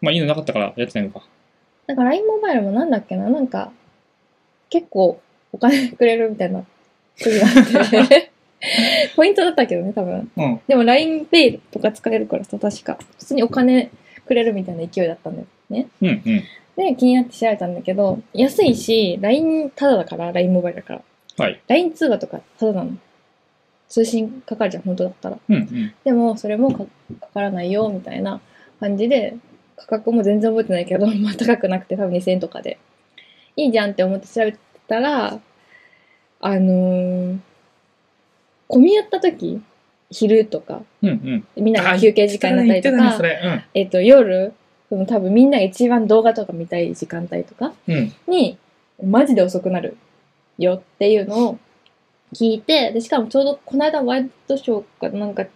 Speaker 1: まあ、いいのなかったからやってないのか。
Speaker 2: なんか LINE モバイルもなんだっけな、なんか、結構お金くれるみたいな時があって。ポイントだったけどね、多分。
Speaker 1: うん。
Speaker 2: でも LINEPay とか使えるからさ、確か。普通にお金くれるみたいな勢いだったんだよね。
Speaker 1: うんうん。
Speaker 2: で、気になって調べたんだけど、安いし、LINE タダだから、LINE モバイルだから。
Speaker 1: はい。
Speaker 2: LINE 通話とかタダなの。通信かかるじゃん、本当だったら。
Speaker 1: うんうん。
Speaker 2: でも、それもかかからないよ、みたいな感じで、価格も全然覚えてないけど、 まあ高くなくて多分2000円とかで。いいじゃんって思って調べたら、あのー混み合った時、昼とか、
Speaker 1: うんうん。
Speaker 2: みんなが休憩時間になったりと
Speaker 1: 言っ
Speaker 2: か、
Speaker 1: てたね、それ。
Speaker 2: えっと、夜、その多分みんなが一番動画とか見たい時間帯とか
Speaker 1: うん。うん。
Speaker 2: に、マジで遅くなるよっていうのを聞いて、で、しかもちょうどこの間ワイドショーかなんか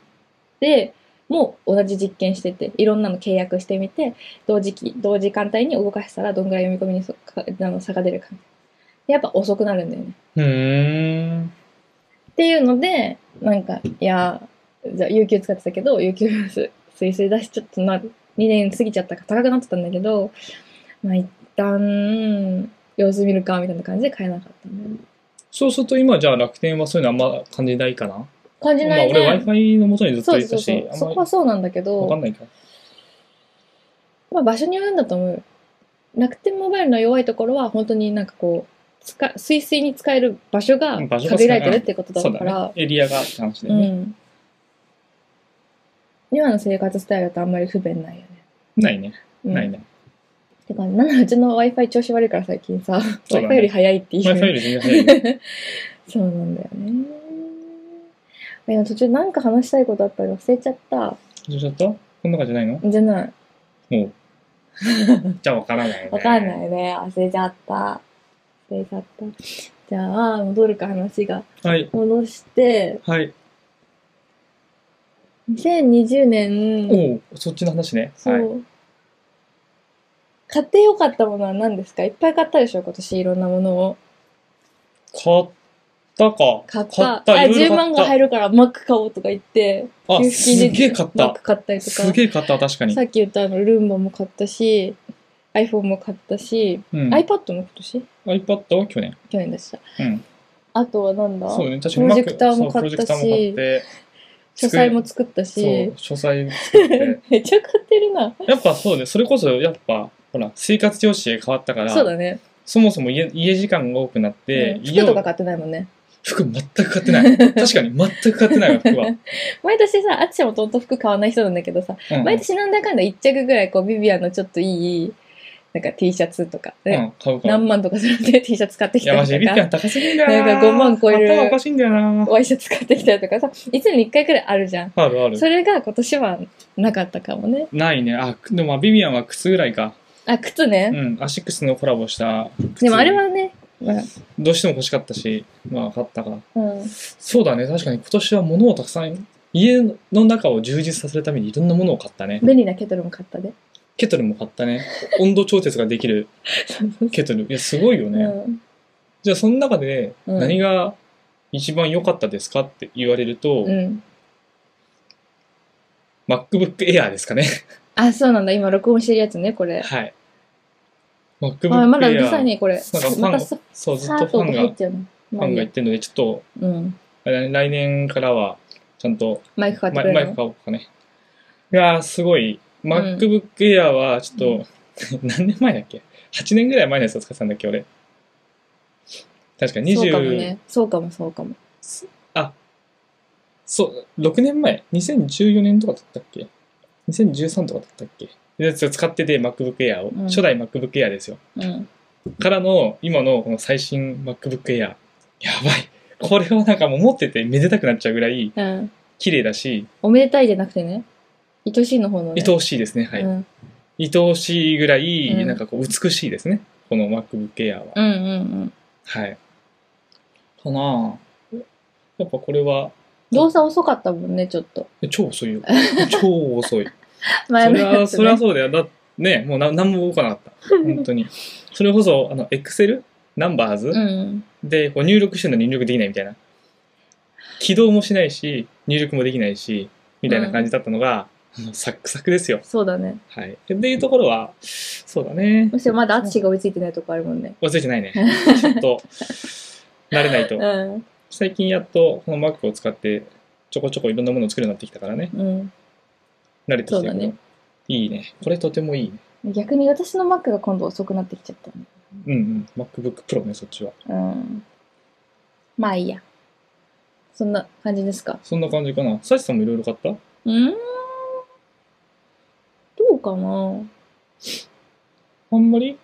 Speaker 2: で、もう同じ実験してて、いろんなの契約してみて、同時期、同時間帯に動かしたらどんぐらい読み込みにそかあの差が出るか。でやっぱ遅くなるんだよね。
Speaker 1: うーん。
Speaker 2: っていうので、なんか、いや、じゃあ、有給使ってたけど、有給す、すいすい出しちょっとな、2年過ぎちゃったから高くなってたんだけど、まあ、一旦、様子見るか、みたいな感じで買えなかったね。
Speaker 1: そうすると今、じゃあ楽天はそういうのあんま感じないかな
Speaker 2: 感じないね。
Speaker 1: まあ、俺 Wi-Fi の元にずっ
Speaker 2: そ
Speaker 1: と
Speaker 2: う
Speaker 1: い
Speaker 2: そ
Speaker 1: た
Speaker 2: うそ
Speaker 1: し
Speaker 2: う。、
Speaker 1: あん
Speaker 2: そこ
Speaker 1: ま
Speaker 2: はそうなんだけ
Speaker 1: りわか
Speaker 2: ど
Speaker 1: ん、ないから。
Speaker 2: まあ、場所によるんだと思う。楽天モバイルの弱いところは、本当になんかこう、つか、すいすいに使える場所が
Speaker 1: うん場所が少ない
Speaker 2: 限られてるってことだ
Speaker 1: そう
Speaker 2: か
Speaker 1: だ
Speaker 2: ら、
Speaker 1: ね。エリアがって話だ
Speaker 2: う
Speaker 1: よね。
Speaker 2: ん。今の生活スタイルだとあんまり不便ないよね。
Speaker 1: ないね。
Speaker 2: うん
Speaker 1: ないね。
Speaker 2: てか、なんならうちの Wi-Fi 調子悪いから最近 さ、
Speaker 1: そうだ
Speaker 2: Wi-Fi
Speaker 1: ね
Speaker 2: より早いっていう。
Speaker 1: Wi-Fi より全然早いよ。
Speaker 2: そうなんだよね。いや、途中なんか話したいことあったら忘れちゃった。
Speaker 1: どうしちゃったこんな感じじゃないの
Speaker 2: じゃない。
Speaker 1: もう。じゃあわからないね。。
Speaker 2: わかんないいね。忘れちゃった。忘れちゃった。じゃあ、戻るか話が。
Speaker 1: はい。
Speaker 2: 戻して、
Speaker 1: はい。
Speaker 2: 2020年、
Speaker 1: おうそっちの話ね。
Speaker 2: そ
Speaker 1: はい。
Speaker 2: う。買ってよかったものは何ですかいっぱい買ったでしょ今年いろんなものを。
Speaker 1: 買ったか。
Speaker 2: 買った。
Speaker 1: 買
Speaker 2: あ、
Speaker 1: いろい
Speaker 2: 10
Speaker 1: ろ
Speaker 2: 万が入
Speaker 1: る。
Speaker 2: るからマック買おうとか言って。
Speaker 1: あ、
Speaker 2: 給付金
Speaker 1: す
Speaker 2: で
Speaker 1: げえ買っ
Speaker 2: マッ
Speaker 1: た
Speaker 2: ク。買ったりとか。
Speaker 1: すげえ買った、確かに
Speaker 2: さ。っき言ったあのルンバも買ったし、iPhone も買ったし、
Speaker 1: うん。
Speaker 2: iPad も今年
Speaker 1: iPad は去年。
Speaker 2: 去年でした。
Speaker 1: うん。
Speaker 2: あとはなんだ
Speaker 1: そうね、確か
Speaker 2: プ
Speaker 1: に
Speaker 2: ロジェ
Speaker 1: Mac
Speaker 2: クターも
Speaker 1: そう
Speaker 2: 買った
Speaker 1: プロジェクターも買
Speaker 2: し
Speaker 1: っ、て
Speaker 2: 書斎も作った
Speaker 1: そう
Speaker 2: し、、
Speaker 1: 書斎作 って。
Speaker 2: めっちゃ買ってるな。
Speaker 1: やっぱそうね、それこそやっぱ、ほら、生活様式が変わったから、
Speaker 2: そうだね。
Speaker 1: そもそも家家時間が多くなって、
Speaker 2: うん
Speaker 1: 家
Speaker 2: 服
Speaker 1: を
Speaker 2: とか買ってないもんね。
Speaker 1: 服全く買ってない。 確かに全く買ってないわ、服は。
Speaker 2: 毎年さ、あっちゃんもとんと服買わない人なんだけどさ、
Speaker 1: うん、
Speaker 2: 毎年なんだかんだ1着ぐらいこう、ビビアンのちょっといい、なんか T シャツとか、
Speaker 1: う
Speaker 2: ね
Speaker 1: ん、買うから。
Speaker 2: 何万とかするんで T シャツ買って
Speaker 1: い
Speaker 2: き
Speaker 1: や、
Speaker 2: たり
Speaker 1: マ
Speaker 2: と
Speaker 1: ジでビビア
Speaker 2: か、
Speaker 1: ン高すぎるんだよな。
Speaker 2: なんか5万超える
Speaker 1: 頭おかしいんだよな。
Speaker 2: ワイシャツ買ってきたりとかさ、いつに1回くらいあるじゃん。
Speaker 1: あるある
Speaker 2: そ。れが今年はなかったかもね。
Speaker 1: ないね。あ、でもまあビビアンは靴ぐらいか。
Speaker 2: あ、靴
Speaker 1: う
Speaker 2: ね。
Speaker 1: ん、アシックスのコラボした靴。
Speaker 2: でもあれはね、まあ、
Speaker 1: どうしても欲しかったし、まあ買ったから。
Speaker 2: うん。
Speaker 1: そうだね、確かに今年は物をたくさん、家の中を充実させるためにいろんなものを買ったね。
Speaker 2: 便利なケトルも買ったで。
Speaker 1: ケトルも買ったね。温度調節ができる
Speaker 2: そうそう
Speaker 1: ケトル。いや、すごいよね。
Speaker 2: うん
Speaker 1: じゃあ、その中で
Speaker 2: うん
Speaker 1: 何が一番良かったですかって言われると、
Speaker 2: うん。
Speaker 1: MacBook Air ですかね。
Speaker 2: あ、そうなんだ。今録音してるやつね、これ。
Speaker 1: はい。MacBook
Speaker 2: あ、
Speaker 1: Air。
Speaker 2: まだうるさいね、これ
Speaker 1: なんかフ。ァン
Speaker 2: ま
Speaker 1: が
Speaker 2: たさ、
Speaker 1: そう、ず
Speaker 2: サ
Speaker 1: っと
Speaker 2: ー
Speaker 1: フ
Speaker 2: ト
Speaker 1: ァン
Speaker 2: が
Speaker 1: が、
Speaker 2: 入っ
Speaker 1: フ
Speaker 2: ちゃうの。ま
Speaker 1: ァ
Speaker 2: あい
Speaker 1: ンが
Speaker 2: いや
Speaker 1: 言ってるので、ちょっと、
Speaker 2: うん。
Speaker 1: あれ来年からは、ちゃんと
Speaker 2: マイク買って
Speaker 1: マ
Speaker 2: くれ
Speaker 1: イマイ
Speaker 2: る
Speaker 1: ク
Speaker 2: の
Speaker 1: 買おうかね。いやー、すごい。MacBook Air は、ちょっと、 何年前だっけ ?8 年ぐらい前のやつを使ってたんだっけ、俺。確か20、
Speaker 2: そうかもね。そうかも、そうかも。
Speaker 1: そう、6年前 ?2014 年とかだったっけ ?2013 とかだったっけでそれ使ってて MacBook Air を、
Speaker 2: うん
Speaker 1: 初代 MacBook Air ですよ。
Speaker 2: うん。
Speaker 1: からの、今のこの最新 MacBook Air。やばい。これはなんかもう持っててめでたくなっちゃうぐらい
Speaker 2: うん。
Speaker 1: 綺麗だし、
Speaker 2: おめでたいじゃなくてね。愛しいの方のね。
Speaker 1: 愛おしいですね。はい。
Speaker 2: うん
Speaker 1: 愛おしいぐらい、
Speaker 2: うん
Speaker 1: なんかこう美しいですね。この MacBook Air は。
Speaker 2: うんうん。
Speaker 1: はい。かなぁやっぱこれは、
Speaker 2: 動作遅かったもんね、ちょっと。
Speaker 1: え超遅い よ。超遅い。
Speaker 2: 前
Speaker 1: そ
Speaker 2: の
Speaker 1: れ
Speaker 2: や
Speaker 1: は、
Speaker 2: つ
Speaker 1: それは
Speaker 2: ね。
Speaker 1: そうだよ。だね、もうな何も動かなか った。本当に。それこそ、あの、エクセルナンバーズ
Speaker 2: うん。
Speaker 1: で、こう入力してるのに入力できないみたいな。起動もしないし、入力もできないし、みたいな感じだったのが、あのサックサクですよ。
Speaker 2: そうだね。
Speaker 1: はい。っていうところは、そうだね。
Speaker 2: むしろまだ淳が追いついてないとこあるもんね。
Speaker 1: 忘れてないね。ちょっと、慣れないと。
Speaker 2: うん。
Speaker 1: 最近やっとこの Mac を使ってちょこちょこいろんなものを作るようになってきたからね。
Speaker 2: うん。
Speaker 1: 慣れてきてる
Speaker 2: そうだね
Speaker 1: いいね。これとてもいいね。
Speaker 2: 逆に私の Mac が今度遅くなってきちゃったね。
Speaker 1: うんうん。MacBook Pro ね、そっちは。
Speaker 2: うん。まあいいや。そんな感じですか。
Speaker 1: そんな感じかな。サチさんもいろいろ買った
Speaker 2: うーん。どうかな
Speaker 1: あんまり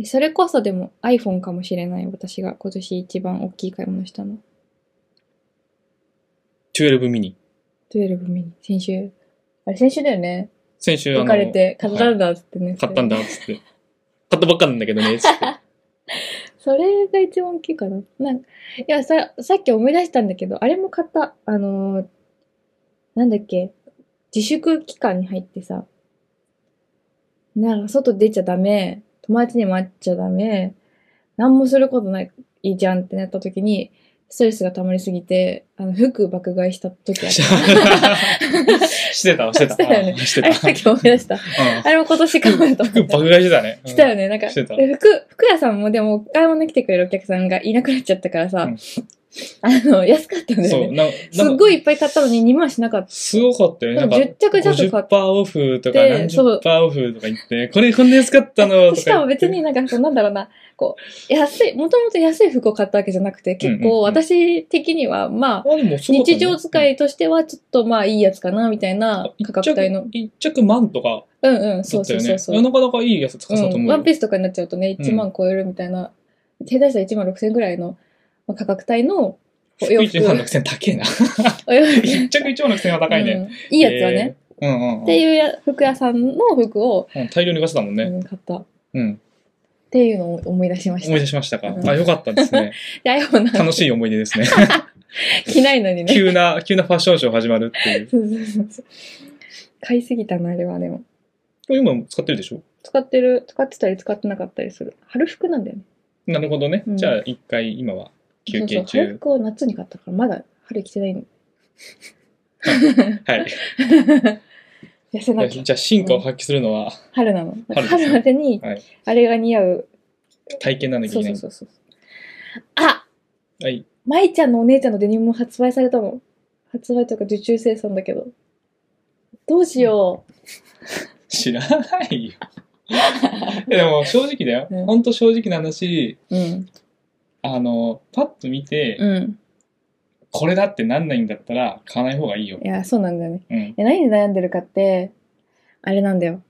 Speaker 2: えそれこそでも iPhone かもしれない。私が今年一番大きい買い物したの。
Speaker 1: ?12 ミニ。
Speaker 2: 12ミニ。先週。あれ先週だよね。
Speaker 1: 先週あの、
Speaker 2: 別れて、買ったん
Speaker 1: はい
Speaker 2: だっつってね。
Speaker 1: 買ったんだっつって。買ったばっかなんだけど ね、 つって。
Speaker 2: それが一番大きいかな。なんかいやさ、さっき思い出したんだけど、あれも買った。あのーなんだっけ、自粛期間に入ってさ、なんか外出ちゃダメ、友達にも会っちゃダメ、なんもすることないいいじゃんってなった時に、ストレスが溜まりすぎて、あの、服爆買いした時 あっ
Speaker 1: してた、してた。
Speaker 2: してたよね
Speaker 1: あして
Speaker 2: た。あ
Speaker 1: た。
Speaker 2: れ さっき思い出した。
Speaker 1: うん
Speaker 2: あれも今年買おうと思
Speaker 1: 服
Speaker 2: った
Speaker 1: 爆。買いしてたね。うん
Speaker 2: したよね。なんか、
Speaker 1: してた
Speaker 2: え服、服屋さんもでも、買い物来てくれるお客さんがいなくなっちゃったからさ、
Speaker 1: うん
Speaker 2: あの、安かったんだ
Speaker 1: そ
Speaker 2: よ
Speaker 1: う、
Speaker 2: ね。
Speaker 1: な
Speaker 2: す
Speaker 1: な
Speaker 2: っ
Speaker 1: ん
Speaker 2: ご
Speaker 1: か、
Speaker 2: いいっぱい買ったのに2万しなかっ
Speaker 1: すごかったよね。な
Speaker 2: で
Speaker 1: ん
Speaker 2: も
Speaker 1: か、
Speaker 2: 10着ちょっと買っ
Speaker 1: 50%オフとか
Speaker 2: で
Speaker 1: 何十
Speaker 2: そう
Speaker 1: パーオフとか言って、これこんな安かったのと
Speaker 2: た。
Speaker 1: か。
Speaker 2: しかも別に。なんかこう、なんだろうな、こう、安い、もともと安い服を買ったわけじゃなくて、結
Speaker 1: うんうんう
Speaker 2: 構
Speaker 1: ん
Speaker 2: 私的には、まあ
Speaker 1: あ、、でもそうだったね
Speaker 2: 日常使いとしてはちょっとまあいいやつかな、みたいな
Speaker 1: 一
Speaker 2: 価格帯の。
Speaker 1: 着、一着万とか
Speaker 2: うんうん、
Speaker 1: だ
Speaker 2: そう
Speaker 1: った
Speaker 2: そう
Speaker 1: よ
Speaker 2: そ
Speaker 1: ね
Speaker 2: う。そう。
Speaker 1: なかなかいいやつ使ったと
Speaker 2: う
Speaker 1: 思
Speaker 2: ん、
Speaker 1: うよ。
Speaker 2: ワンピースとかになっちゃうとね、
Speaker 1: うん
Speaker 2: 1万超えるみたいな、手出したら1万6000ぐらいのまあ価格帯のお洋服
Speaker 1: 1。万6000高えな。
Speaker 2: お洋服
Speaker 1: 一着1万6000は高いね。
Speaker 2: うんいいやつはね。
Speaker 1: えー。うんうんうん。
Speaker 2: っていうや服屋さんの服を、
Speaker 1: うん大量に買ってたもんね。
Speaker 2: うん買った。っ
Speaker 1: うん。
Speaker 2: ていうのを思い出しまし
Speaker 1: 思い
Speaker 2: た。
Speaker 1: 出しましたか
Speaker 2: う。ん
Speaker 1: あ、よかった ですね。
Speaker 2: で、iPhone の
Speaker 1: 楽しい思い出ですね。
Speaker 2: 着ないのにね。
Speaker 1: 急な、急なファッションショー始まるっていう。
Speaker 2: そうそうそうそう。買いすぎたな、あれはでも。
Speaker 1: 今も使ってるでしょ
Speaker 2: 使ってる、使ってたり使ってなかったりする。春服なんだよね。
Speaker 1: なるほどね
Speaker 2: う。ん
Speaker 1: じゃあ一回今は休憩
Speaker 2: そうそう春
Speaker 1: 中。
Speaker 2: 服を夏に買ったから、まだ春着てないの。
Speaker 1: はい。
Speaker 2: 痩せなきゃ。
Speaker 1: じゃあ進化を発揮するのは
Speaker 2: 春なの。
Speaker 1: 春ですね
Speaker 2: 春までに
Speaker 1: はい、
Speaker 2: あれが似合う。
Speaker 1: 体験なんだけど
Speaker 2: そう
Speaker 1: いけ
Speaker 2: そう
Speaker 1: ない。
Speaker 2: そうそう。あ
Speaker 1: はい。
Speaker 2: 舞ちゃんのお姉ちゃんのデニムも発売されたの。発売というか受注生産だけど。どうしよう。
Speaker 1: 知らないよ。いやでも正直だよ。
Speaker 2: うん
Speaker 1: ほんと正直な話、
Speaker 2: うん。
Speaker 1: あの、パッと見て、
Speaker 2: う
Speaker 1: これだってなんないんだったら買わない方がいいよ
Speaker 2: ん。。いや、そうなんだよね。
Speaker 1: うん。
Speaker 2: え、何で悩んでるかって、あれなんだよ。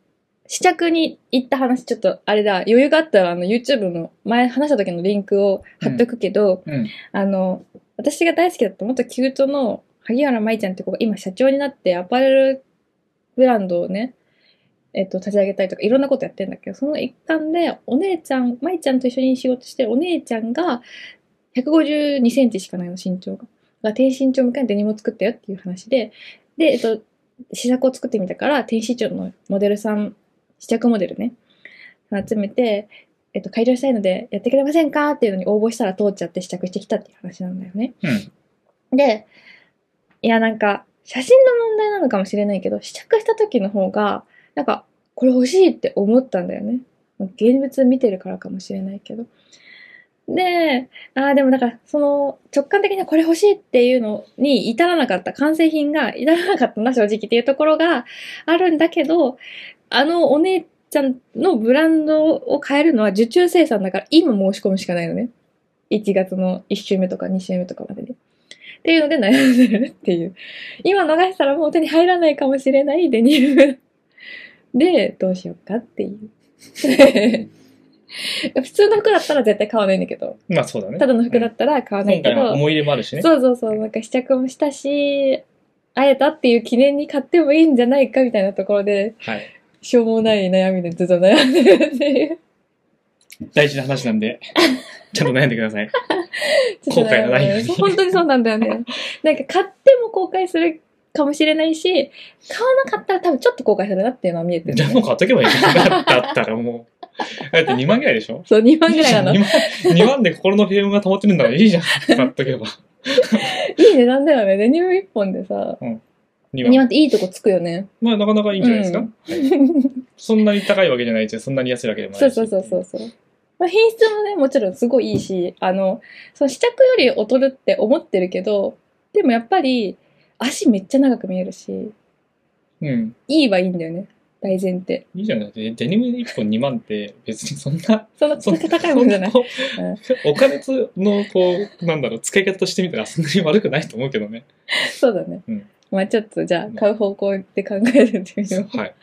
Speaker 2: 試着に行った話、ちょっと、あれだ、余裕があったら、あの、YouTube の、前話した時のリンクを貼っとくけど、
Speaker 1: うん。
Speaker 2: あの、私が大好きだった元キュートの萩原舞ちゃんって子が今社長になって、アパレルブランドをね、えっと、立ち上げたりとか、いろんなことやってんだけど、その一環で、お姉ちゃん、舞ちゃんと一緒に仕事してるお姉ちゃんが、152センチしかないの、身長が。が低身長向けのデニムを作ったよっていう話で、で、えっと、試作を作ってみたから、低身長のモデルさん、試着モデルね、集めて、えっと、改良したいので、やってくれませんかっていうのに応募したら通っちゃって試着してきたっていう話なんだよね。
Speaker 1: うん。
Speaker 2: で、いや、なんか、写真の問題なのかもしれないけど、試着した時の方が、なんか、これ欲しいって思ったんだよね。現物見てるからかもしれないけど。で、ああ、でもだから、その、直感的にこれ欲しいっていうのに至らなかった、完成品が至らなかったな、正直っていうところがあるんだけど、あのお姉ちゃんのブランドを変えるのは受注生産だから、今申し込むしかないのね。1月の1週目とか2週目とかまでに。っていうので悩んでるっていう。今逃したらもう手に入らないかもしれないデニム。で、どうしようかっていう。 普通の服だったら絶対買わないんだけど、
Speaker 1: まあそうだね
Speaker 2: た。だの服だったら買わない
Speaker 1: 今
Speaker 2: け
Speaker 1: 回は
Speaker 2: ど、
Speaker 1: 思い入れもあるしね。
Speaker 2: そうそうそう、なんか試着もしたし、会えたっていう記念に買ってもいいんじゃないかみたいなところで、
Speaker 1: はい。
Speaker 2: しょうもない悩みでずっと悩んでるっていう。
Speaker 1: 大事な話なん で、ちゃんと悩んでください。後悔のないように
Speaker 2: そう本当にそうなんだ よね。なんか買っても後悔するかもしれないし、買わなかったら多分ちょっと後悔するなっていうのは見えてる、
Speaker 1: じゃあもう買っとけばいいじゃん。だったらもう。だって2万ぐらいでしょ
Speaker 2: そう、2万ぐらい なの。
Speaker 1: 2
Speaker 2: い
Speaker 1: 万、2万で心の平穏が保てるんだからいいじゃん。買っとけば。
Speaker 2: い値段だよね。デニム1本でさ、
Speaker 1: 2
Speaker 2: 2
Speaker 1: 万。
Speaker 2: 万っていいとこつくよね。
Speaker 1: まあなかなかいいんじゃないですか。
Speaker 2: う
Speaker 1: はいそんなに高いわけじゃないし、そんなに安いわけでもない
Speaker 2: そう
Speaker 1: し
Speaker 2: そうそうそうそう。まあ、品質もね、もちろんすごいいいし、あの、その試着より劣るって思ってるけど、でもやっぱり、足めっちゃ長く見えるし、
Speaker 1: うん。
Speaker 2: いいはいいんだよね、大前提。
Speaker 1: いいじゃないだってデニム1本2万って別にそんな、
Speaker 2: そんな、
Speaker 1: そ
Speaker 2: そん
Speaker 1: ん
Speaker 2: な
Speaker 1: な、
Speaker 2: 高いもんじゃない。
Speaker 1: そんなこうお金つの、こう、なんだろう、使い方としてみたらそんなに悪くないと思うけどね。
Speaker 2: そうだね。
Speaker 1: うん
Speaker 2: まあちょっと、じゃ
Speaker 1: うん
Speaker 2: あ、買う方向で考えてみよう。
Speaker 1: はい。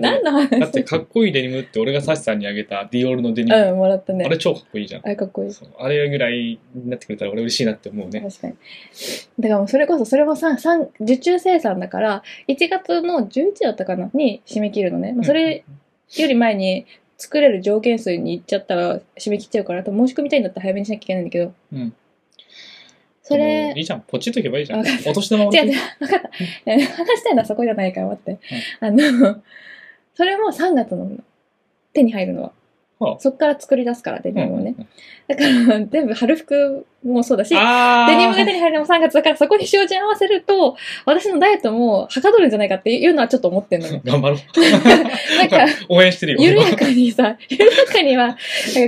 Speaker 1: だっ
Speaker 2: 何
Speaker 1: て
Speaker 2: の
Speaker 1: だって
Speaker 2: 話
Speaker 1: かっこいいデニムって俺がサシさんにあげたディオールのデニム、
Speaker 2: うん、もらったね。
Speaker 1: あれ超かっこいいじゃん
Speaker 2: あ。れかっこいい。
Speaker 1: そうあれぐらいになってくれたら俺嬉しいなって思うね。
Speaker 2: 確かに。だからもうそれこそ、それもささん受注生産だから、1月の11だったかなに締め切るのね。まあ、それより前に作れる条件数に行っちゃったら締め切っちゃうから、あと申し込みたいんだったら早めにしなきゃいけないんだけど。
Speaker 1: うん
Speaker 2: そ
Speaker 1: もうい
Speaker 2: れ、
Speaker 1: いじゃん。ポチっといけばいいじゃん。
Speaker 2: わか
Speaker 1: お年玉も
Speaker 2: 違
Speaker 1: らっ
Speaker 2: う違う、
Speaker 1: て
Speaker 2: 分かった。え話したいのはそこじゃないから、待って。あの、それも3月の手に入るのは。
Speaker 1: はあ
Speaker 2: そっから作り出すから、デニムをね。
Speaker 1: うん
Speaker 2: だから、全部春服もそうだし、
Speaker 1: あー。
Speaker 2: デニムが手に入るのも3月だからそこに塩地合わせると、私のダイエットもはかどるんじゃないかっていうのはちょっと思ってんのね
Speaker 1: 頑張ろう。
Speaker 2: なんか、
Speaker 1: 応援してるよ。
Speaker 2: 緩やかにさ、緩やかには、なん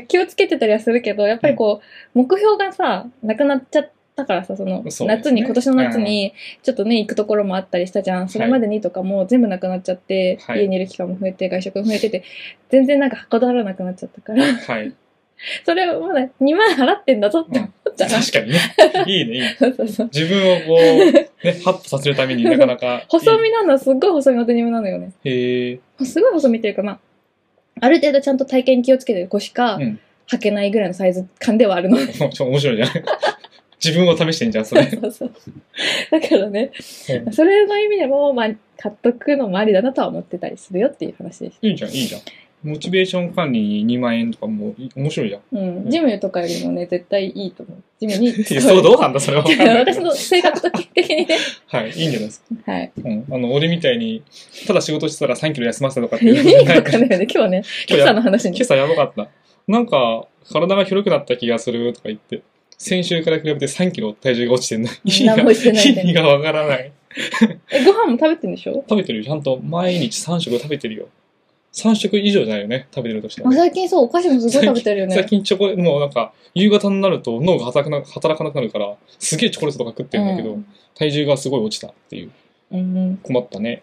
Speaker 2: か気をつけてたりはするけど、やっぱりこう、目標がさ、なくなっちゃったからさ、その、
Speaker 1: そうですね
Speaker 2: 夏に、今年の夏に、ちょっとね、行くところもあったりしたじゃん。それまでにとかもう全部なくなっちゃって、
Speaker 1: はい
Speaker 2: 家にいる期間も増えて、外食も増えてて、全然なんかはかどらなくなっちゃったから、
Speaker 1: はい。
Speaker 2: それをまだ2万払ってんだぞって思っちゃう。
Speaker 1: 確かにね。いいね、いいね。
Speaker 2: そうそうそう。
Speaker 1: 自分をこう、ね、 ハッとさせるためになかなか。
Speaker 2: 細身なの、すっごい細身のデニムなのよね。
Speaker 1: いい。へえ。
Speaker 2: すごい細身っていうか、まあ、ある程度ちゃんと体型に気をつけてる子しか
Speaker 1: うん
Speaker 2: 履けないぐらいのサイズ感ではあるの。
Speaker 1: ちょっと面白いじゃん。 自分を試してんじゃん、そ れ。
Speaker 2: そうそうだからね、
Speaker 1: うん
Speaker 2: それの意味でも、まあ、買っとくのもありだなとは思ってたりするよっていう話です。
Speaker 1: いいじゃん、いいじゃん。モチベーション管理に2万円とかもい面白いじ ゃん。
Speaker 2: うん。ジムとかよりもね、絶対いいと思う。ジムに使
Speaker 1: いや、そう、どうなんだ、それは。わかんないけ
Speaker 2: 私
Speaker 1: ど
Speaker 2: の性格的にね。
Speaker 1: はい、いいんじゃないですか。
Speaker 2: はい。
Speaker 1: うん。あの、俺みたいに、ただ仕事してたら3キロ休ませたとかってい
Speaker 2: 意
Speaker 1: うの
Speaker 2: 味
Speaker 1: な
Speaker 2: が
Speaker 1: い
Speaker 2: わ
Speaker 1: か
Speaker 2: かん
Speaker 1: ら
Speaker 2: ないよね、今日ね。今朝の話に
Speaker 1: 今。朝やばかった。なんか、体が広くなった気がするとか言って、先週から比べて3キロ体重が落ちて んの。意味が、
Speaker 2: 何もしてないんだよ
Speaker 1: 意味がわからない。
Speaker 2: え、ご飯も食べてんでしょ
Speaker 1: 食べてるよ。ちゃんと毎日3食食べてるよ。3食以上じゃないよね。食べてるとして
Speaker 2: あ
Speaker 1: も。
Speaker 2: 最近そう、お菓子もすごい食べてるよね
Speaker 1: 最。近チョコレート、もうなんか、夕方になると脳が働かな働かなくなるから、すげえチョコレートとか食ってるんだけど、
Speaker 2: うん
Speaker 1: 体重がすごい落ちたっていう。
Speaker 2: うんうん。
Speaker 1: 困ったね。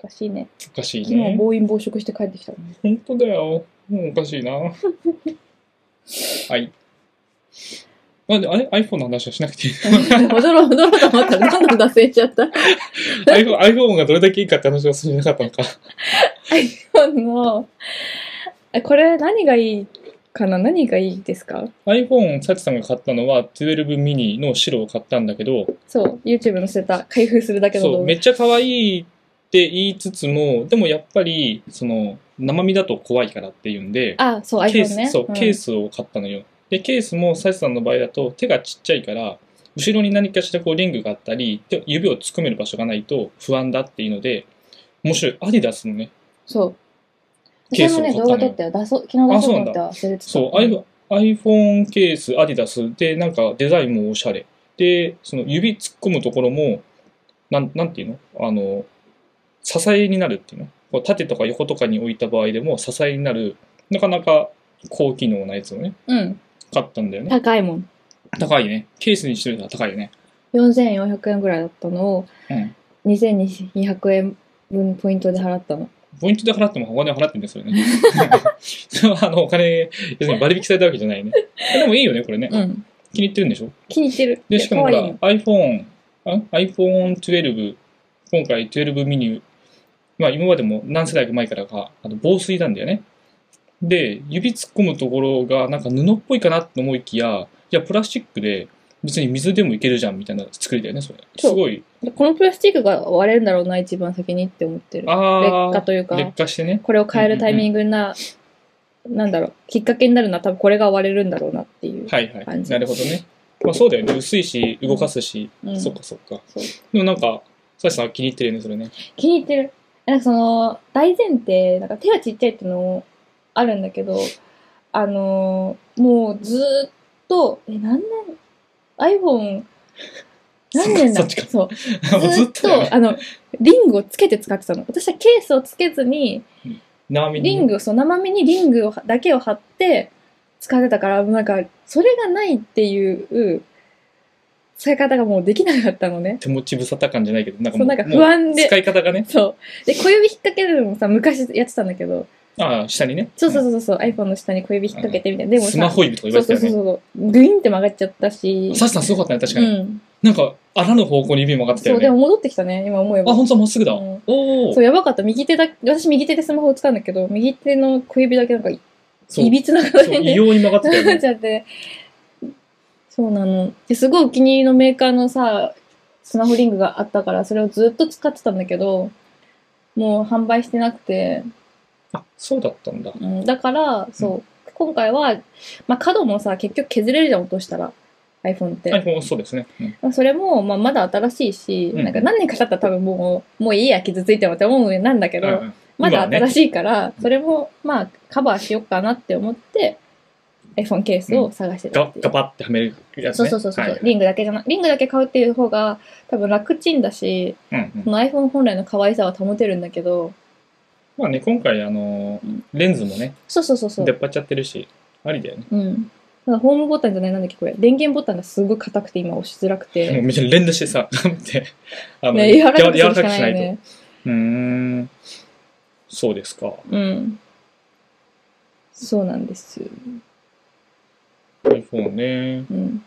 Speaker 2: おかしいね。
Speaker 1: おかしい
Speaker 2: 昨日
Speaker 1: ね。
Speaker 2: 暴飲暴食して帰 ってきたの
Speaker 1: 本当だよ。もうおかしいな。はい。あ、で、あれ ?iPhone の話はしなくていい
Speaker 2: 戻ろう戻ろうと思ったらどんどん脱線しちゃった。
Speaker 1: iPhone, iPhone がどれだけいいかって話はしなかったのか。
Speaker 2: もう、これ何がいいかな何がいいですか
Speaker 1: iPhone、サチさんが買ったのは12ミニの白を買ったんだけど、
Speaker 2: そう、YouTube 載せた開封するだけの
Speaker 1: そ
Speaker 2: 動
Speaker 1: う、
Speaker 2: 画
Speaker 1: め。っちゃ可愛いって言いつつも、でもやっぱり、その、生身だと怖いからっていうんで、
Speaker 2: あ、そう、
Speaker 1: ケー
Speaker 2: iPhone
Speaker 1: ス、
Speaker 2: ね。
Speaker 1: そう、
Speaker 2: ん
Speaker 1: ケースを買ったのよ。で、ケースもサチさんの場合だと手がちっちゃいから、後ろに何かしらこうリングがあったり、手指を突っ込める場所がないと不安だっていうので、面白い。アディダスのね、
Speaker 2: そう。
Speaker 1: ケー
Speaker 2: 私
Speaker 1: スを
Speaker 2: も
Speaker 1: 買
Speaker 2: ね、
Speaker 1: ったのよ
Speaker 2: 動画撮ったよ。出そう昨日出そうと思ったわ忘れてた。
Speaker 1: そう、iPhone iPhone ケース、アディダスで、なんかデザインもおしゃれ。で、その指突っ込むところも、なん、なんていうのあの、支えになるっていうのこう縦とか横とかに置いた場合でも支えになる、なかなか高機能なやつをね、
Speaker 2: うん。
Speaker 1: 買ったんだよね。
Speaker 2: 高いもん。
Speaker 1: 高いね。ケースにしてるのは高いよね。
Speaker 2: 4400円ぐらいだったのを、
Speaker 1: うん。
Speaker 2: 2200円分ポイントで払ったの。
Speaker 1: ポイントで払ってもお金払ってんですよね。 それはあの、お金、要するに割引されたわけじゃないね。でもいいよね、これね。
Speaker 2: うん。
Speaker 1: 気に入ってるんでしょ
Speaker 2: 気に入ってる。
Speaker 1: で、
Speaker 2: いや
Speaker 1: しかもほ
Speaker 2: 可
Speaker 1: ら
Speaker 2: 愛いの
Speaker 1: iPhone、あ iPhone12、今回12ミニ、まあ今までも何世代か前からか、あの防水なんだよね。で、指突っ込むところがなんか布っぽいかなと思いきや、いや、プラスチックで別に水でもいけるじゃんみたいな作りだよね、それ。す
Speaker 2: そう
Speaker 1: ごい。
Speaker 2: このプラスチックが割れるんだろうな、一番先にって思ってる。劣
Speaker 1: あ
Speaker 2: 化
Speaker 1: あ、
Speaker 2: というか、
Speaker 1: 劣化してね。
Speaker 2: これを変えるタイミングな、なんだろう、きっかけになるのは多分これが割れるんだろうなっていう。
Speaker 1: はいは
Speaker 2: 感
Speaker 1: い。
Speaker 2: じ
Speaker 1: なるほどね。まあそうだよね。薄いし、動かすし。
Speaker 2: うん
Speaker 1: そっかそっか
Speaker 2: そう。
Speaker 1: でもなんか、サシさんは気に入ってるよね、それね。
Speaker 2: 気に入ってる。なんかその、大前提、なんか手がちっちゃいっていうのもあるんだけど、あのーもうずーっと、え、何年 ?iPhone、何年
Speaker 1: そ
Speaker 2: だ
Speaker 1: っか
Speaker 2: そう。ず
Speaker 1: ず
Speaker 2: っ
Speaker 1: っ
Speaker 2: と、
Speaker 1: とだよね。
Speaker 2: あの、リングをつけて使ってたの。私はケースをつけずに、
Speaker 1: 生身に
Speaker 2: リ
Speaker 1: ね
Speaker 2: ング、そう、生身にリングをだけを貼って、使ってたから、もうなんか、それがないっていう、使い方がもうできなかったのね。
Speaker 1: 手持ち無沙汰感じゃないけど、なんか
Speaker 2: そう、
Speaker 1: もう
Speaker 2: なんか不安
Speaker 1: もう
Speaker 2: で
Speaker 1: 使。い方がね、
Speaker 2: そう。で、小指引っ掛けるのもさ、昔やってたんだけど、
Speaker 1: ああ、下にね。
Speaker 2: そうそうそうそう、iPhone の下に小指引っ掛けてみたいな。でもさ、
Speaker 1: スマホ指とか言わ
Speaker 2: そう
Speaker 1: れて
Speaker 2: そ
Speaker 1: た
Speaker 2: うそう
Speaker 1: よね。
Speaker 2: そう。グインって曲がっちゃったし。
Speaker 1: サシさんすごかったね、確か
Speaker 2: う
Speaker 1: に。
Speaker 2: ん。
Speaker 1: なんか、あらぬ方向に指曲がってた
Speaker 2: そ
Speaker 1: よ
Speaker 2: う、で
Speaker 1: ね。
Speaker 2: も戻ってきたね、今思えば。
Speaker 1: あ、ほんとだまっすぐだ。
Speaker 2: うん
Speaker 1: おお
Speaker 2: そう、。やばかった。右手だ、私右手でスマホを使うんだけど、右手の小指だけなんか、い
Speaker 1: そう
Speaker 2: びつなが
Speaker 1: そう
Speaker 2: ら
Speaker 1: 異
Speaker 2: ね、
Speaker 1: 様に曲がってたよ
Speaker 2: なっ
Speaker 1: ね。
Speaker 2: ちゃって。そうなの。ですごいお気に入りのメーカーのさ、スマホリングがあったから、それをずっと使ってたんだけど、もう販売してなくて、
Speaker 1: あ、そうだったんだ。
Speaker 2: うん、だから、そう、今回は、まあ、角もさ、結局削れるじゃん、落としたら。iPhone って。
Speaker 1: iPhone、そうですね。うん
Speaker 2: まあそれも、まあ、まだ新しいし、
Speaker 1: うん
Speaker 2: なんか何年か経ったら多分もう、もういいや、傷ついてもって思うようになんだけど、
Speaker 1: うんうん
Speaker 2: まだ
Speaker 1: 今はね
Speaker 2: 新しいから、それも、まあ、カバーしようかなって思って、iPhone ケースを探してた
Speaker 1: ガ
Speaker 2: っていう。
Speaker 1: ガパってはめるやつ
Speaker 2: そう
Speaker 1: ね。
Speaker 2: そうそうそう、
Speaker 1: はいはい
Speaker 2: リングだけじゃなリングだけ買うっていう方が多分楽ちんだし、
Speaker 1: うんうん
Speaker 2: その iPhone 本来の可愛さは保てるんだけど、
Speaker 1: まあね、今回、あのー
Speaker 2: うん
Speaker 1: レンズもね、
Speaker 2: そうそうそうそう
Speaker 1: 出。っ張っちゃってるし、ありだよね。
Speaker 2: うん。ただホームボタンじゃないなんだっけこれ。電源ボタンがすごい硬くて今押しづらく
Speaker 1: もう
Speaker 2: て。
Speaker 1: めっちゃ連打してさ、頑張って、あ
Speaker 2: ね、柔らかくす
Speaker 1: やわ
Speaker 2: るしかないよ
Speaker 1: と。
Speaker 2: ね。
Speaker 1: うーん。そうですか。
Speaker 2: うん。そうなんです。
Speaker 1: iPhone ね。
Speaker 2: うん。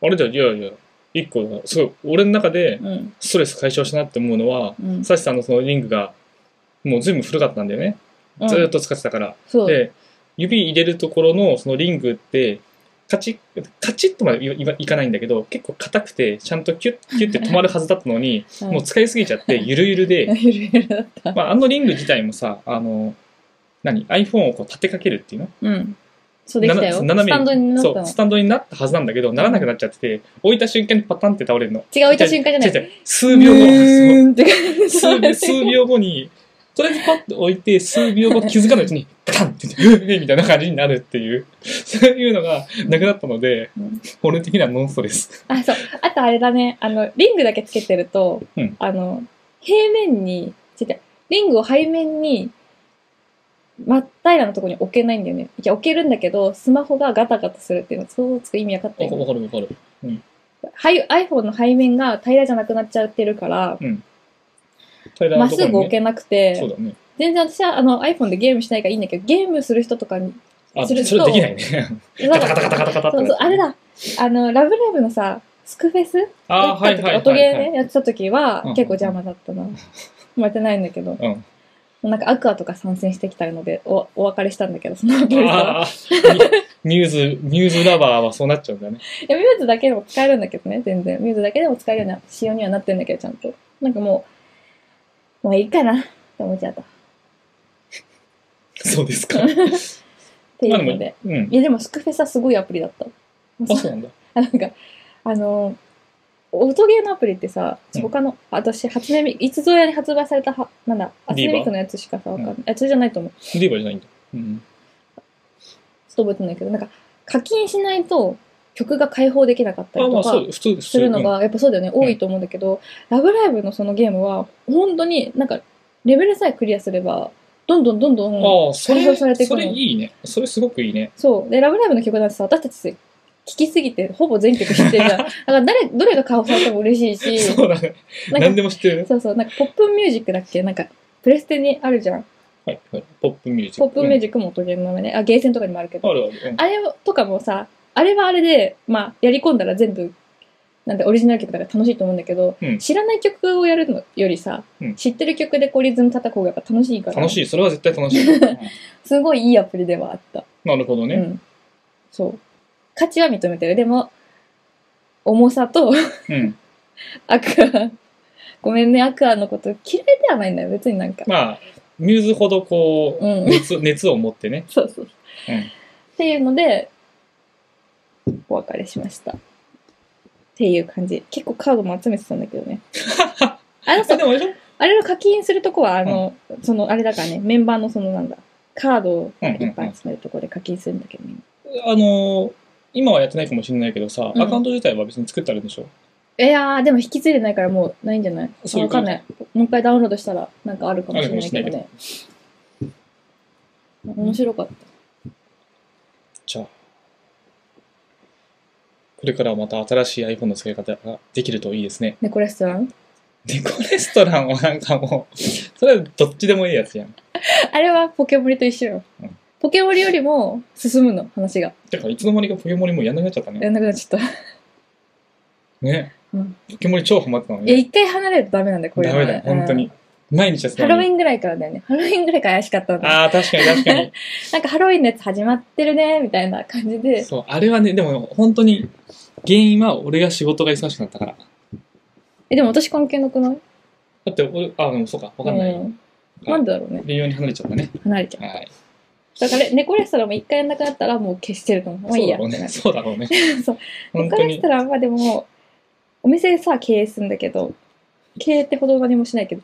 Speaker 1: あれだよ、いやいや、一個、すごい、俺の中で
Speaker 2: うん。
Speaker 1: ストレス解消したなって思うのは、
Speaker 2: うん。
Speaker 1: サシさんのそのリングが、もう随分古かったんだよね。ずーっと使ってたから。
Speaker 2: そう。
Speaker 1: で、指入れるところのそのリングって、カチッ、カチッとまでいいいかないんだけど、結構硬くて、ちゃんとキュッ、キュッて止まるはずだったのに、
Speaker 2: うん
Speaker 1: もう使いすぎちゃ って、ゆるゆるで、
Speaker 2: ゆるゆるだった。
Speaker 1: まあ、あのリング自体もさ、あの、何 ?iPhone をこう立てかけるっていうの
Speaker 2: うん。そうできたよ。
Speaker 1: な
Speaker 2: ス
Speaker 1: な斜
Speaker 2: タ
Speaker 1: め
Speaker 2: ンドになった
Speaker 1: そう、
Speaker 2: の。
Speaker 1: スタンドになったはずなんだけど、ならなくなっちゃってて、置いた瞬間にパタンって倒れるの。
Speaker 2: 違う、置いた瞬間じゃな
Speaker 1: 違う
Speaker 2: い。
Speaker 1: 違う数秒後、
Speaker 2: うーんって
Speaker 1: そう数数秒後に、とりあえずパッと置いて、数秒後気づかないうちに、パタンって、うえみたいな感じになるっていう、そういうのがなくなったので
Speaker 2: うん、
Speaker 1: 俺的にはノンストレス。
Speaker 2: あ、そう。あとあれだね。あの、リングだけつけてると、
Speaker 1: うん
Speaker 2: あの、平面に、ちょっと、リングを背面に、真っ平らなところに置けないんだよね。いや、置けるんだけど、スマホがガタガタするっていうの、そうつく意味わかった
Speaker 1: わか
Speaker 2: よ。
Speaker 1: るわかる。
Speaker 2: はい、iPhone の背面が平らじゃなくなっちゃってるから、
Speaker 1: 平ら
Speaker 2: ま
Speaker 1: な
Speaker 2: っ
Speaker 1: とこ
Speaker 2: す
Speaker 1: ろにね
Speaker 2: ぐ置けなくて、
Speaker 1: そうだね。
Speaker 2: 全然私はあの iPhone でゲームしないからいいんだけど、ゲームする人とかに、
Speaker 1: あ、そ
Speaker 2: す
Speaker 1: れ
Speaker 2: ると
Speaker 1: できないね。
Speaker 2: な
Speaker 1: カ
Speaker 2: ん
Speaker 1: タカタカタカ
Speaker 2: か、
Speaker 1: タカタって。
Speaker 2: そうそう、あれ。だ、あの、ラブライブのさ、スクフェス
Speaker 1: あ
Speaker 2: や
Speaker 1: ー、
Speaker 2: っ
Speaker 1: は
Speaker 2: た
Speaker 1: い
Speaker 2: 時、
Speaker 1: はいはい。
Speaker 2: 音ゲー
Speaker 1: はい
Speaker 2: ね、やってた時は
Speaker 1: うん
Speaker 2: 結構邪魔だったな。 待てないんだけど。
Speaker 1: うん
Speaker 2: なんかアクアとか参戦してきたので、おお別れしたんだけど、そのアプリとは。
Speaker 1: あーミューズ、ミューズラバーはそうなっちゃうんだね。
Speaker 2: いやミューズだけでも使えるんだけどね、全然。ミューズだけでも使えるような仕様にはなってるんだけど、ちゃんと。なんかもう、もういいかなって思っちゃった。っ
Speaker 1: そうですか。
Speaker 2: てい
Speaker 1: ま
Speaker 2: う
Speaker 1: あで
Speaker 2: の
Speaker 1: も
Speaker 2: で。、
Speaker 1: うん
Speaker 2: い。や、でもスクフェスはすごいアプリだった。
Speaker 1: あ、そうなんだ。
Speaker 2: あなんか、あの、音ゲーのアプリってさ、
Speaker 1: うん
Speaker 2: 他の、私、初音ミク、いつぞやに発売されたは、なんだ、初音ミクのやつしかさ、わかんない。あ、それじゃないと思う。
Speaker 1: ディーバーじゃないんだ。うん。
Speaker 2: ちょっと覚えてないけど、なんか課金しないと曲が解放できなかった
Speaker 1: あ、
Speaker 2: り
Speaker 1: ま
Speaker 2: と
Speaker 1: あそう、
Speaker 2: か
Speaker 1: 普通、普通。
Speaker 2: するのが、やっぱそうだよね、
Speaker 1: ん
Speaker 2: 多いと思うんだけど、ラブライブのそのゲームは、本当になんか、レベルさえクリアすれば、どんどんどんど
Speaker 1: うん
Speaker 2: ん、
Speaker 1: ああ、そ
Speaker 2: 改
Speaker 1: れ、
Speaker 2: 造されていく
Speaker 1: そ
Speaker 2: の
Speaker 1: れいいね。それすごくいいね。
Speaker 2: そう。で、ラブライブの曲なんてさ、私たち、聴きすぎて、ほぼ全曲知ってるじゃん。 だから誰、どれが解放されても嬉しいし、
Speaker 1: そうだね。
Speaker 2: な
Speaker 1: 何
Speaker 2: んか、
Speaker 1: でも知ってるね。
Speaker 2: そうそう、なんかポップミュージックだっけなんか、プレステにあるじゃん。
Speaker 1: はい、はい。ポップミュージック。
Speaker 2: ポップミュー
Speaker 1: ジ
Speaker 2: ジックも音ゲーの名前ね。あ、ゲーセンとかにもあるけど
Speaker 1: あ。るある。うん
Speaker 2: あれとかもさ、あれはあれで、まあ、やり込んだら全部、なんてオリジナル曲だから楽しいと思うんだけど、
Speaker 1: うん
Speaker 2: 知らない曲をやるのよりさ、
Speaker 1: うん
Speaker 2: 知ってる曲でこうリズム叩く方がやっぱ楽しいから、
Speaker 1: 楽しい。それは絶対楽しい。うん
Speaker 2: すごいいいアプリではあった。
Speaker 1: なるほど
Speaker 2: う
Speaker 1: ね。
Speaker 2: ん。そう。価値は認めてる。でも、重さと
Speaker 1: うん。
Speaker 2: アクア。ごめんね、アクアのこと嫌いではないんだよ、別になんか。
Speaker 1: まあ、ミューズほどこ
Speaker 2: う
Speaker 1: う、
Speaker 2: ん
Speaker 1: 熱、熱を持ってね。
Speaker 2: そうそう。
Speaker 1: うん
Speaker 2: っていうので、お別れしました。っていう感じ。結構カードも集めてたんだけど ね。あの
Speaker 1: あ、
Speaker 2: さ
Speaker 1: でもあれでしょ
Speaker 2: あれの課金するとこは、あの、その、あれだからね、メンバーのそのなんだ、カードをいっぱい集めるとこで課金するんだけどね。
Speaker 1: あのー、今はやってないかもしれないけどさ、
Speaker 2: うん
Speaker 1: アカウント自体は別に作ってあるんでしょ
Speaker 2: いやー、でも引き継いでないからもうないんじゃない
Speaker 1: そういう
Speaker 2: わか
Speaker 1: 感
Speaker 2: ん
Speaker 1: じ
Speaker 2: ない。もう一回ダウンロードしたらなんかあるかもしれないけ
Speaker 1: ある
Speaker 2: ど
Speaker 1: か
Speaker 2: ね。面白かっ
Speaker 1: これからはまた新しい iPhone の使い方ができるといいですね。
Speaker 2: 猫レストラン
Speaker 1: 猫レストランはなんかもう、それはどっちでもいいやつやん。
Speaker 2: あれはポケモリと一緒よ。
Speaker 1: うん
Speaker 2: ポケモリよりも進むの、話が。
Speaker 1: てか、いつの間にかポケモリもうやんなくなっちゃった
Speaker 2: や
Speaker 1: ね。
Speaker 2: んなくなっちゃった。
Speaker 1: ね。
Speaker 2: うん
Speaker 1: ポケモリ超ハマってたの
Speaker 2: いや、
Speaker 1: ね。
Speaker 2: 一回離れるとダメなんだよ、こういう
Speaker 1: ダ
Speaker 2: のは
Speaker 1: メだよ、本当に。。毎日やっ
Speaker 2: うん
Speaker 1: て
Speaker 2: ハロ
Speaker 1: た
Speaker 2: ウ
Speaker 1: の
Speaker 2: ィ
Speaker 1: に。
Speaker 2: ンぐらいからだよね。ハロウィンぐらいから怪しかったんだよ。
Speaker 1: ああ、確かに確かに。
Speaker 2: なんかハロウィンのやつ始まってるね、みたいな感じで。
Speaker 1: そう、あれはね、でも本当に原因は俺が仕事が忙しくなったから。
Speaker 2: え、でも私関係なくない
Speaker 1: だって俺、あ、でもそうか、わかんな
Speaker 2: う
Speaker 1: い。
Speaker 2: んなんでだろうね。
Speaker 1: 微妙に離れちゃったね。
Speaker 2: 離れちゃう。
Speaker 1: はい。
Speaker 2: だから、猫レストランも一回やんなくなったらもう消してると思う。まあいいや。
Speaker 1: そうだろう
Speaker 2: ってな
Speaker 1: ね。
Speaker 2: る。
Speaker 1: そうだろうね
Speaker 2: そう
Speaker 1: 本
Speaker 2: 猫
Speaker 1: 当
Speaker 2: レス
Speaker 1: に
Speaker 2: ト。ランはでも、お店さ、経営するんだけど、経営ってほど何もしないけど、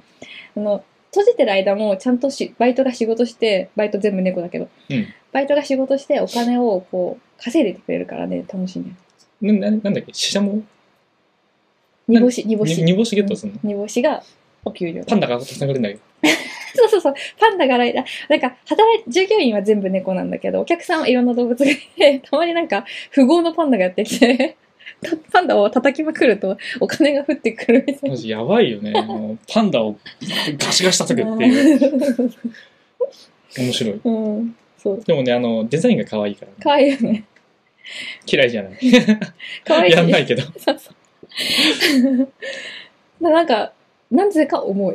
Speaker 2: あの、閉じてる間もちゃんとし、バイトが仕事して、バイト全部猫だけど、
Speaker 1: うん
Speaker 2: バイトが仕事してお金をこう、稼いでてくれるからね、楽しいね。
Speaker 1: なななんだっけシシャモ
Speaker 2: 煮干し、煮干
Speaker 1: に
Speaker 2: し。
Speaker 1: 煮干しゲットするの
Speaker 2: 煮干しがお給料。
Speaker 1: パンダが重なるんだけど。
Speaker 2: そうそうそう。パンダが来だ。なんか、働い、従業員は全部猫なんだけど、お客さんはいろんな動物がいて、 たまになんか、富豪のパンダがやってきて、 たパンダを叩きまくると、お金が降ってくるみたい
Speaker 1: マ
Speaker 2: な。
Speaker 1: ジやばい よね。もうパンダをガシガシ叩くっていう。面白い。
Speaker 2: うん。そう。
Speaker 1: でもね、あの、デザインが可愛いからね、
Speaker 2: かわいいよね。
Speaker 1: 嫌いじゃない。
Speaker 2: かわいいし。
Speaker 1: やんないけど。
Speaker 2: そうそう。ななんか、なんでか重い、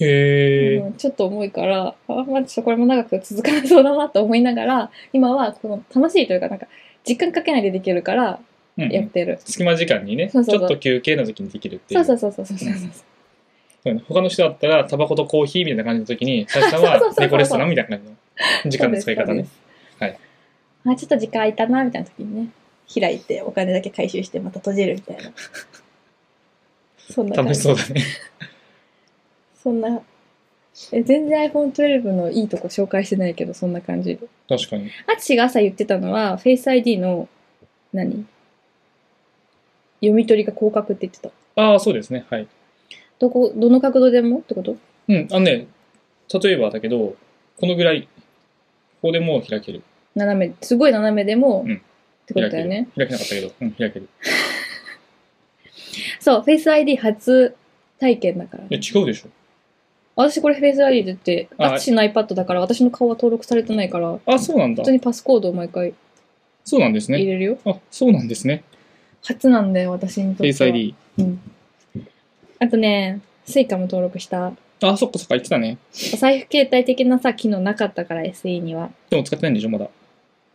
Speaker 1: へえ
Speaker 2: う。んちょっと重いから、あまあ、ちょっとこれも長く続かなそうだなと思いながら、今はこの楽しいというか、なんか、時間かけないでできるから、
Speaker 1: うん
Speaker 2: やってる。
Speaker 1: 隙間時間にね、
Speaker 2: そうそう
Speaker 1: ちょ
Speaker 2: そう
Speaker 1: っと休憩の時にできるってい。
Speaker 2: そううそうそうそうそうそうそう。
Speaker 1: そうね他の人だったら、タバコとコーヒーみたいな感じの時に、最初は
Speaker 2: そうそうそうそう
Speaker 1: 猫レストランみたいな感じの時間の使い方ね。はい。
Speaker 2: あ、ちょっと時間空いたな、みたいな時にね、開いてお金だけ回収してまた閉じるみたいな。そんな感
Speaker 1: 楽し
Speaker 2: じ。
Speaker 1: そうだね。
Speaker 2: そんな、え、全然 iPhone12 のいいとこ紹介してないけど、そんな感じ。
Speaker 1: 確かに。
Speaker 2: あちが朝言ってたのは、Face ID の、何読み取りが広角って言ってた。
Speaker 1: ああ、そうですね。はい。
Speaker 2: どこ、どの角度でもってこと
Speaker 1: うん、あのね、例えばだけど、このぐらい、ここでもう開ける。
Speaker 2: 斜め、すごい斜めでも、
Speaker 1: うん
Speaker 2: ってことだよね。
Speaker 1: 開けなかったけど、うん、開ける。
Speaker 2: そう、Face ID 初体験だから。
Speaker 1: いや、違うでしょ。
Speaker 2: 私これ Face ID だって、
Speaker 1: あ
Speaker 2: あっちの iPad だから私の顔は登録されてないから、
Speaker 1: あ、そうなんだ
Speaker 2: 普通。にパスコードを毎回
Speaker 1: そうなんです
Speaker 2: 入
Speaker 1: ね。
Speaker 2: れるよ。
Speaker 1: あ、そうなんですね。
Speaker 2: 初なんだよ、私にとっては。
Speaker 1: Face。ID。
Speaker 2: うん。あとね、スイカも登録した。
Speaker 1: あ、そっかそっか、言ってたね。
Speaker 2: お財布携帯的なさ、機能なかったから SE には。
Speaker 1: でも使ってないんでしょ、まだ。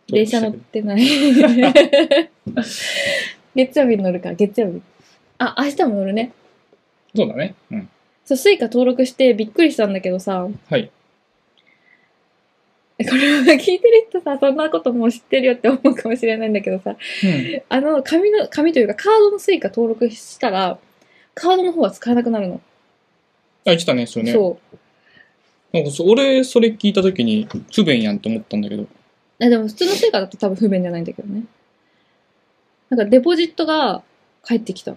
Speaker 2: 電車乗ってない。月曜日に乗るから、月曜日。あ、明日も乗るね。
Speaker 1: そうだね。うん。
Speaker 2: そう、スイカ登録してびっくりしたんだけどさ、
Speaker 1: はい。
Speaker 2: これは聞いてる人さ、そんなこともう知ってるよって思うかもしれないんだけどさ、
Speaker 1: うん。
Speaker 2: あの、紙の、紙というか、カードのスイカ登録したら、カードの方は使えなくなるの。
Speaker 1: あ、言ってたね、それね。
Speaker 2: そう。
Speaker 1: なんかそ俺、それ聞いたときに、不便やんと思ったんだけど。
Speaker 2: あでも、普通のスイカだと多分不便じゃないんだけどね。なんか、デポジットが返ってきた。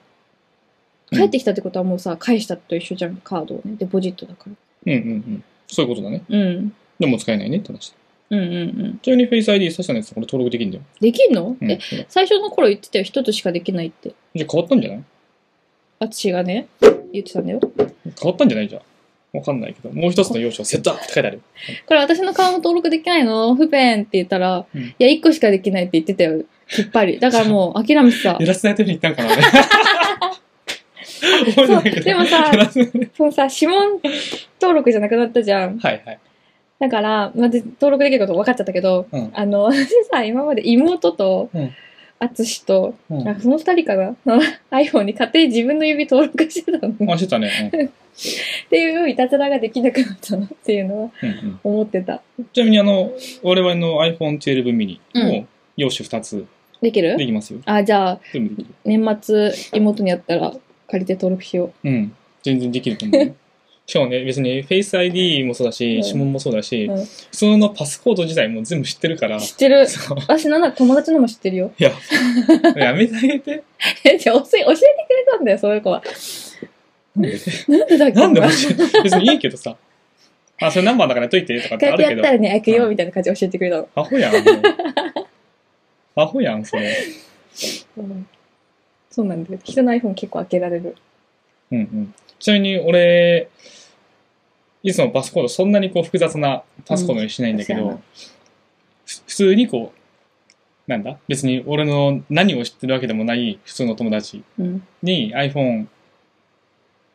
Speaker 2: 返ってきたってことはもうさ、返したと一緒じゃん、カードをね。デポジットだから。
Speaker 1: うんうんうん。そういうことだね。
Speaker 2: うん。
Speaker 1: でも使えないねって話。
Speaker 2: うんうんうん。
Speaker 1: ちなみに Face ID さしたのやつ、これ登録できるんだよ。
Speaker 2: できんの、
Speaker 1: うん。
Speaker 2: え、
Speaker 1: じゃ
Speaker 2: 最初の頃言ってたよ、一つしかできないって。
Speaker 1: あ変わったんじゃない
Speaker 2: あつしがね、言ってたんだよ。
Speaker 1: 変わったんじゃないじゃん。わかんないけど。もう一つの要素はセットアップって書いてある。
Speaker 2: これ私の顔も登録できないの不便って言ったら、
Speaker 1: うん
Speaker 2: いや、1個しかできないって言ってたよ。きっぱり。だからもう諦めてた
Speaker 1: や。ら せないために言ったんかな、俺。覚えてないけど
Speaker 2: でもさ
Speaker 1: やらせない
Speaker 2: そのさ、指紋登録じゃなくなったじゃん。
Speaker 1: はいはい。
Speaker 2: だから、まず登録できること分かっちゃったけど、
Speaker 1: うん
Speaker 2: あの、 私さ、今まで妹と
Speaker 1: うん、
Speaker 2: あつしと、
Speaker 1: うん
Speaker 2: あその二人かな iPhone に勝手に自分の指登録してたの。っ
Speaker 1: あ、してたね。うん
Speaker 2: ていういたずらができなくなったなっていうのは
Speaker 1: うん
Speaker 2: 思ってた。
Speaker 1: うんちなみに、あの、我々の iPhone12 mini
Speaker 2: うん
Speaker 1: も用紙2つ
Speaker 2: できる
Speaker 1: できますよ。
Speaker 2: あ、じゃあ、
Speaker 1: 全部できる。
Speaker 2: 年末妹にやったら借りて登録しよう。
Speaker 1: うん。全然できると思 うよ。しかもね、別に Face ID もそうだし、
Speaker 2: うん
Speaker 1: 指紋もそうだし、
Speaker 2: うん
Speaker 1: そのパスコード自体も全部知ってる から、
Speaker 2: 知ってる。
Speaker 1: そう
Speaker 2: 私なんなら友達のも知ってるよ。
Speaker 1: いや、やめてあげて。
Speaker 2: え、じゃあ教え教えてくれたんだよ、そういう子は。なんでだっけ
Speaker 1: なんで
Speaker 2: お
Speaker 1: 教
Speaker 2: 前
Speaker 1: えて別にいいけどさ。あ、それ何番だからやっといてとかっ
Speaker 2: こう
Speaker 1: て
Speaker 2: や
Speaker 1: あ
Speaker 2: っ
Speaker 1: る
Speaker 2: てや
Speaker 1: け
Speaker 2: っ
Speaker 1: ど
Speaker 2: た。ら ね、開くよ、みたいな感じで教えてくれたの。
Speaker 1: アホやん。もうアホやん、それ。
Speaker 2: うんそうなんだよ。人の iPhone 結構開けられる。
Speaker 1: うんうん、ちなみに俺いつもパスコードそんなにこう複雑なパスコードにしないんだけど、
Speaker 2: うん
Speaker 1: ふ普通にこうなんだ別に俺の何を知ってるわけでもない普通の友達
Speaker 2: うん。
Speaker 1: に iPhone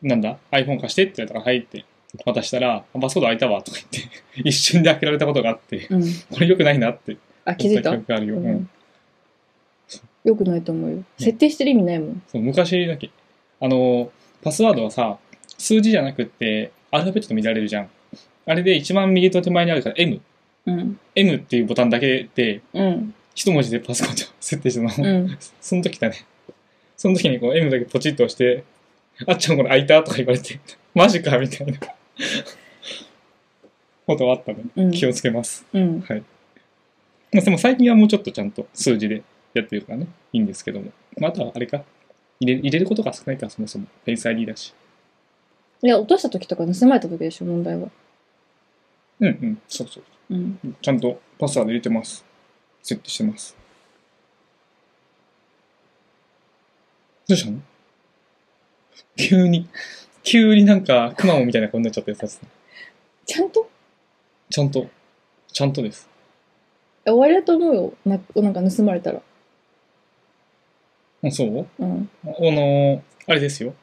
Speaker 1: なんだ iPhone 貸してって言われたから「はい」って渡したら「あパスコード開いたわ」とか言って 一瞬で開けられたことがあって
Speaker 2: うん。
Speaker 1: これ良くないなって
Speaker 2: あ、気づいた
Speaker 1: 思っ記憶があるよ、
Speaker 2: う
Speaker 1: うん
Speaker 2: ん。よくないと思うよ。設定してる意味ないもん。
Speaker 1: そう昔だっけあのパスワードはさ数字じゃなくってアルファベットで見られるじゃんあれで一番右と手前にあるから M
Speaker 2: うん。
Speaker 1: M っていうボタンだけで
Speaker 2: うん。
Speaker 1: 一文字でパソコンを設定してたの、
Speaker 2: うん。
Speaker 1: その時だねその時にこう M だけポチッと押して「あっちゃんこれ開いた?」とか言われて「マジか」みたいな ことはあったの、
Speaker 2: うん。
Speaker 1: 気をつけます
Speaker 2: うん。
Speaker 1: まあでも最近はもうちょっとちゃんと数字でやってるからねいいんですけども、まあ、あとはあれか入れ入れることが少ないからそもそもフェイス ID だし
Speaker 2: いや、落とした時とか盗まれた時でしょ、問題は。
Speaker 1: うんうん、そうそ
Speaker 2: うん。
Speaker 1: う。ちゃんとパスワード入れてます。設定してます。どうしたの急に、急になんか、くまモンみたいな顔になっちゃったやつですね。
Speaker 2: ちゃんと
Speaker 1: ちゃんと、ちゃんとです。
Speaker 2: え終わりだと思うよ。ななんか盗まれたら。
Speaker 1: あ、そう
Speaker 2: うん。
Speaker 1: あの、あれですよ。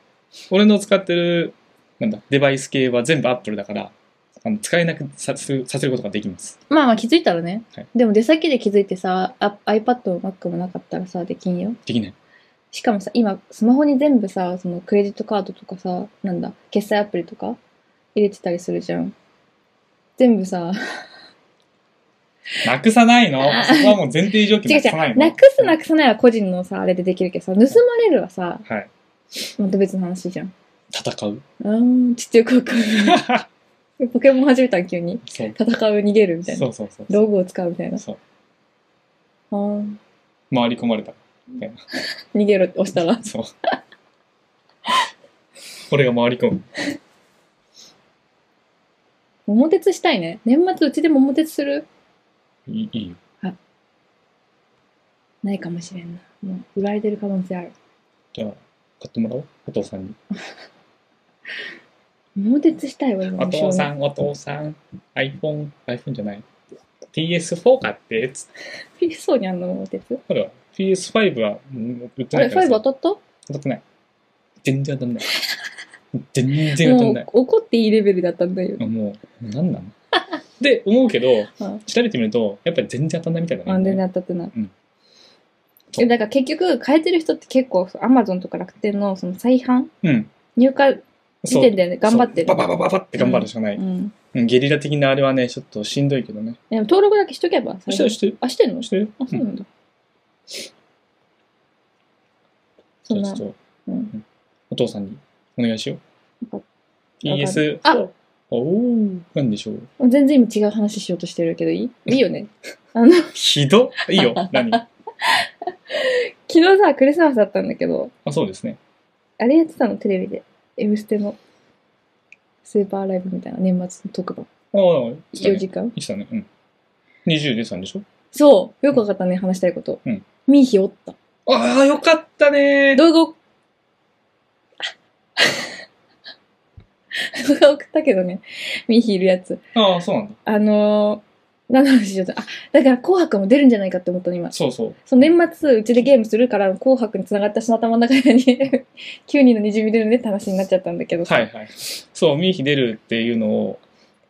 Speaker 1: 俺の使ってる、なんだ、デバイス系は全部 Apple だから、あの使えなくさせるさせることができます。
Speaker 2: まあまあ気づいたらね。
Speaker 1: はい
Speaker 2: でも出先で気づいてさ、あ iPad も Mac もなかったらさ、できんよ。
Speaker 1: できない。
Speaker 2: しかもさ、今、スマホに全部さ、そのクレジットカードとかさ、なんだ、決済アプリとか入れてたりするじゃん。全部さ、
Speaker 1: なくさないのそこはもう前提条
Speaker 2: 違う
Speaker 1: 件なくさな
Speaker 2: 違、
Speaker 1: いうの
Speaker 2: なくすなくさないは個人のさ、あれでできるけどさ、盗まれるはさ、
Speaker 1: はい。
Speaker 2: また別の話じゃん。
Speaker 1: 戦 う。
Speaker 2: あー、ちょっとよくわかんない。ポケモン始めたん急に。
Speaker 1: そう。
Speaker 2: 戦う、逃げるみたい
Speaker 1: そ
Speaker 2: な。
Speaker 1: うそうそうそう
Speaker 2: 道具を使うみたいな。
Speaker 1: そう
Speaker 2: あー
Speaker 1: 回り込まれた
Speaker 2: 逃げろって押したら。
Speaker 1: そう これが回り込む
Speaker 2: 桃鉄したいね。年末うちで桃鉄する
Speaker 1: いいいいよ
Speaker 2: ないかもしれんな。もう売られてる可能性ある。
Speaker 1: じゃあ買ってもらおうお父さんに
Speaker 2: 桃鉄したいわ、今
Speaker 1: お父さ
Speaker 2: ん。
Speaker 1: んお父さん iPhone iPhone じゃない PS4 買ってつって
Speaker 2: ピリそうにあんの桃鉄
Speaker 1: ほら PS5 はうん売って
Speaker 2: あ
Speaker 1: な
Speaker 2: れ、
Speaker 1: い
Speaker 2: フ
Speaker 1: か
Speaker 2: ァ
Speaker 1: ら
Speaker 2: イ
Speaker 1: さ
Speaker 2: ブ当たっ
Speaker 1: 当たってない全然当たんない全
Speaker 2: た
Speaker 1: 然当た
Speaker 2: も
Speaker 1: んな
Speaker 2: う
Speaker 1: い
Speaker 2: 怒っていいレベルだったんだよ。
Speaker 1: もうもう何なので思うけど
Speaker 2: うん
Speaker 1: 調べてみるとやっぱり全然当たんないみたいだね
Speaker 2: あ全然当たってない。
Speaker 1: うん
Speaker 2: えだから結局、変えてる人って結構、アマゾンとか楽天のその再販
Speaker 1: うん
Speaker 2: 入荷時
Speaker 1: そう
Speaker 2: 点でね頑張ってる。
Speaker 1: そうバババババって頑張るしかない、
Speaker 2: うん。
Speaker 1: うんゲリラ的なあれはね、ちょっとしんどいけどね。
Speaker 2: でも登録だけしとけば。
Speaker 1: そしてる、
Speaker 2: 最
Speaker 1: してる
Speaker 2: 初あ、してんの
Speaker 1: してる
Speaker 2: あ、そうなんだ。そ
Speaker 1: じ
Speaker 2: ん
Speaker 1: ゃあ
Speaker 2: な。
Speaker 1: ちょっと、
Speaker 2: うん
Speaker 1: お父さんにお願いしよう
Speaker 2: わ。
Speaker 1: PS、
Speaker 2: あ
Speaker 1: おおなんでしょう。
Speaker 2: 全然今違う話しようとしてるけど、いいいいよね。あの、昨
Speaker 1: ひどっいい よ。何あ、
Speaker 2: 日さ、クリスマスだったんだけど、
Speaker 1: そうですね。
Speaker 2: あれやってたの、テレビで。M ステの。スーパーライブみたいな年末の特番。
Speaker 1: ああ、いつだ
Speaker 2: 4
Speaker 1: ね。
Speaker 2: 時間。
Speaker 1: いつだね。うん。20出てたんでしょ
Speaker 2: そう。よくわかったね、話したいこと。
Speaker 1: うん
Speaker 2: ミーヒおった。
Speaker 1: ああ、よかったね
Speaker 2: 動画を、 動画送ったけどね、ミーヒいるやつ。
Speaker 1: ああ、そうなんだ。
Speaker 2: あのー、何の話しようと。あ、だから紅白も出るんじゃないかって思ったの今。
Speaker 1: そうそう。
Speaker 2: その年末、うちでゲームするから、紅白に繋がった人の頭の中に 9人の虹見れるねって話になっちゃったんだけどさ
Speaker 1: はいはい。そう、ミーヒ出るっていうのを、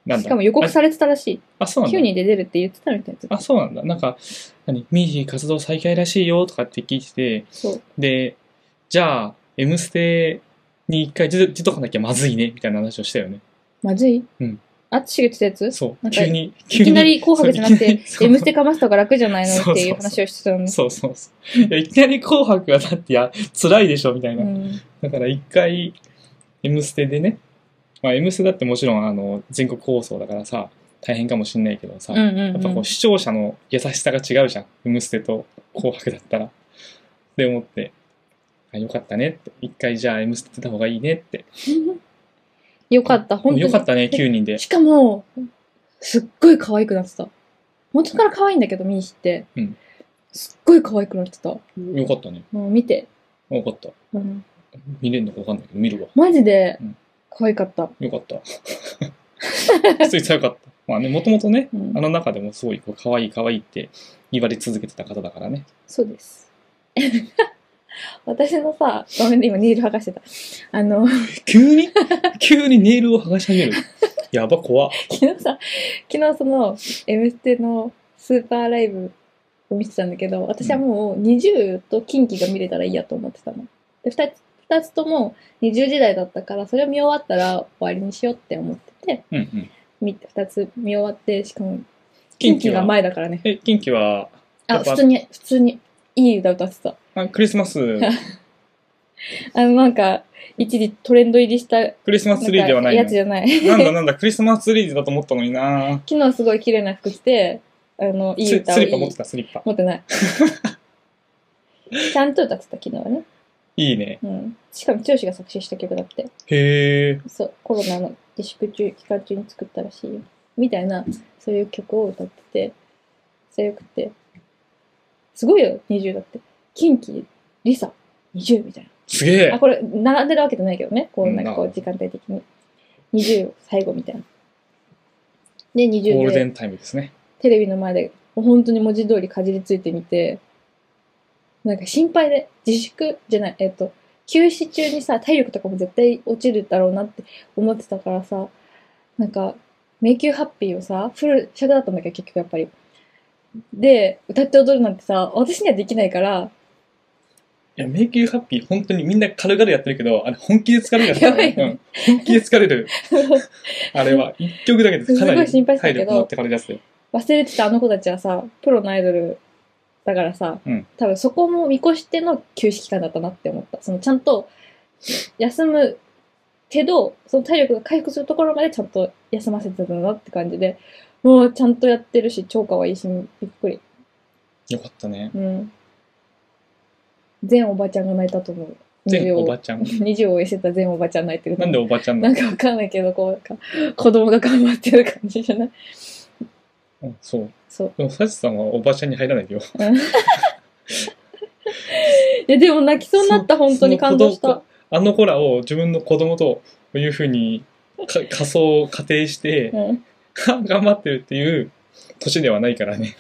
Speaker 1: なんだ
Speaker 2: しかも予告されてたらしい。
Speaker 1: あ、そうなんだ
Speaker 2: 9。人で出るって言ってたみたいなや
Speaker 1: あ、
Speaker 2: つ。
Speaker 1: そうなんだ。なんか、何ミーヒ活動再開らしいよとかって聞いてて、
Speaker 2: そう。
Speaker 1: で、じゃあ、M ステに一回出て出とかなきゃまずいね、みたいな話をしたよね。
Speaker 2: まずい
Speaker 1: うん。
Speaker 2: あつしが言ってたやつ
Speaker 1: そう。
Speaker 2: なんか
Speaker 1: 急に、急
Speaker 2: い
Speaker 1: に。
Speaker 2: きなり紅白じゃなくて、
Speaker 1: そうい
Speaker 2: M
Speaker 1: き
Speaker 2: ステかますとか楽じゃないのっていう
Speaker 1: そうそう
Speaker 2: 話をしてたのね。
Speaker 1: そうそうそう。いや、いきなり紅白はだって、いや、辛いでしょ、みたいな。
Speaker 2: うん
Speaker 1: だから一回、M ステでね、まあ、M ステだってもちろん、あの、全国放送だからさ、大変かもしんないけどさ、
Speaker 2: うんうん
Speaker 1: や
Speaker 2: う
Speaker 1: っ
Speaker 2: ん
Speaker 1: ぱこう視聴者の優しさが違うじゃん。M ステと紅白だったら。って思って、あよかったねって。一回じゃあ M ステ出た方がいいねって。
Speaker 2: よかった、本当に。
Speaker 1: よかったね、9人で。
Speaker 2: しかも、すっごい可愛くなってた。元から可愛いんだけど、ミーヒって。
Speaker 1: うん
Speaker 2: すっごい可愛くなってた。も
Speaker 1: よかったね。
Speaker 2: う見て。
Speaker 1: よかった。
Speaker 2: うん、
Speaker 1: 見れるのかわかんないけど、見るわ。
Speaker 2: マジで
Speaker 1: うん
Speaker 2: 可愛かった。
Speaker 1: よかった。 ついちゃよかった。まあね、もともとね、
Speaker 2: うん
Speaker 1: あの中でもすごいこう可愛い可愛いって言われ続けてた方だからね。
Speaker 2: そうです。 私のさ、ごめんね、今ニール剥がしてた。あの、
Speaker 1: 急に急にネイルを剥がし始める。やば、怖っ。
Speaker 2: 昨日さ、昨日その、M ステのスーパーライブを見てたんだけど、私はもう20と近畿が見れたらいいやと思ってたの。で、2つ、二つとも20時代だったから、それを見終わったら終わりにしようって思ってて、
Speaker 1: うんうん。
Speaker 2: 見て、2つ見終わって、しかも、
Speaker 1: 近
Speaker 2: 近
Speaker 1: 畿
Speaker 2: 畿
Speaker 1: は
Speaker 2: が前だからね。
Speaker 1: え、近畿は、や
Speaker 2: あ、
Speaker 1: っぱ
Speaker 2: 普通に、普通に、いい歌歌ってた。
Speaker 1: あクリスマス、
Speaker 2: あの、なんか、一時トレンド入りした、なん
Speaker 1: クリスマスツリーではな
Speaker 2: か
Speaker 1: い
Speaker 2: や
Speaker 1: の
Speaker 2: つじゃない。
Speaker 1: なんだなんだ、クリスマスツリーだと思ったのにな
Speaker 2: 昨日すごい綺麗な服着て、あの、いい
Speaker 1: ス
Speaker 2: 歌を
Speaker 1: ス
Speaker 2: い
Speaker 1: リッ
Speaker 2: い
Speaker 1: パ持ってた、スリッパ。
Speaker 2: 持っ てない。ちゃんと歌ってた、昨日はね。
Speaker 1: いいね。
Speaker 2: うん。しかも、剛が作詞した曲だって。
Speaker 1: へえ。
Speaker 2: そう、コロナの自粛中、期間中に作ったらしいよ。みたいな、そういう曲を歌ってて、強くて。すごいよ、20だって。キンキ、リサ、20みたい
Speaker 1: すげ
Speaker 2: な。あ、
Speaker 1: え。
Speaker 2: これ、並んでるわけじゃないけどね。こう、なんかこ
Speaker 1: う、
Speaker 2: うん時間帯的に。20、最後みたいな。で、20で。
Speaker 1: ゴールデンタイムですね。
Speaker 2: テレビの前で、もう本当に文字通りかじりついてみて、なんか心配で、自粛じゃない、えっと、休止中にさ、体力とかも絶対落ちるだろうなって思ってたからさ、なんか、迷宮ハッピーをさ、フル尺だったんだけど、結局やっぱり。で、歌って踊るなんてさ、私にはできないから、
Speaker 1: いや、迷宮ハッピー、本当にみんな軽々やってるけど、あれ本気で疲れるやつだ
Speaker 2: やばいよね
Speaker 1: うん。本気で疲れる。あれ は、一曲だけです
Speaker 2: ごい
Speaker 1: かなり
Speaker 2: 心配した
Speaker 1: 体
Speaker 2: けど
Speaker 1: 力持ってかれるやつで。
Speaker 2: 忘れてたあの子たちはさ、プロのアイドルだからさ、
Speaker 1: うん
Speaker 2: 多分そこも見越しての休止期間だったなって思った。そのちゃんと休むけど、その体力が回復するところまでちゃんと休ませてたなって感じで、もうちゃんとやってるし、超可愛いし、びっくり。
Speaker 1: よかったね。
Speaker 2: うん。全おばちゃんが泣いたと思う。
Speaker 1: 全
Speaker 2: 20
Speaker 1: お
Speaker 2: を
Speaker 1: ばちゃん。
Speaker 2: 20を応援してた全おばちゃん泣いてる。
Speaker 1: なんでおばちゃんな
Speaker 2: な
Speaker 1: の
Speaker 2: んかわかんないけど、こう、なんか子供が頑張ってる感じじゃない
Speaker 1: うんそう。
Speaker 2: そう。
Speaker 1: でも、サチさんはおばちゃんに入らないよ。
Speaker 2: え、でも泣きそうになった、本当に感動し
Speaker 1: その
Speaker 2: た
Speaker 1: 子。あの子らを自分の子供というふうにか仮想、仮定して、
Speaker 2: うん。
Speaker 1: 頑張ってるっていう年ではないから ね。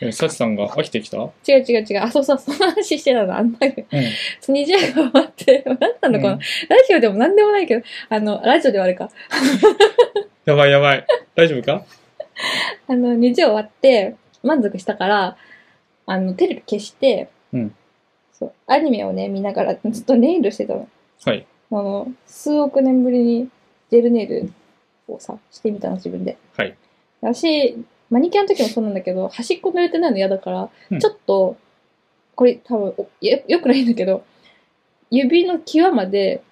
Speaker 1: えサチさんが飽きてきた、うん、
Speaker 2: 違う違う違う。あ、そうそう、 その話してたの。 あんな、にじやが終わって、なんなのこの、
Speaker 1: うん
Speaker 2: ラジオでもなんでもないけど、あの、ラジオではあるか。
Speaker 1: やばいやばい。大丈夫か
Speaker 2: あの、二時終わって、満足したから、あの、テレビ消して、
Speaker 1: うん
Speaker 2: そう、アニメをね、見ながら、ずっとネイルしてたの。
Speaker 1: はい。
Speaker 2: あの、数億年ぶりにジェルネイルをさ、してみたの、自分で。
Speaker 1: はい。
Speaker 2: 私、マニキュアの時もそうなんだけど、端っこ濡れてないの嫌だから、
Speaker 1: うん
Speaker 2: ちょっと、これ多分およ、よくないんだけど、指の際まで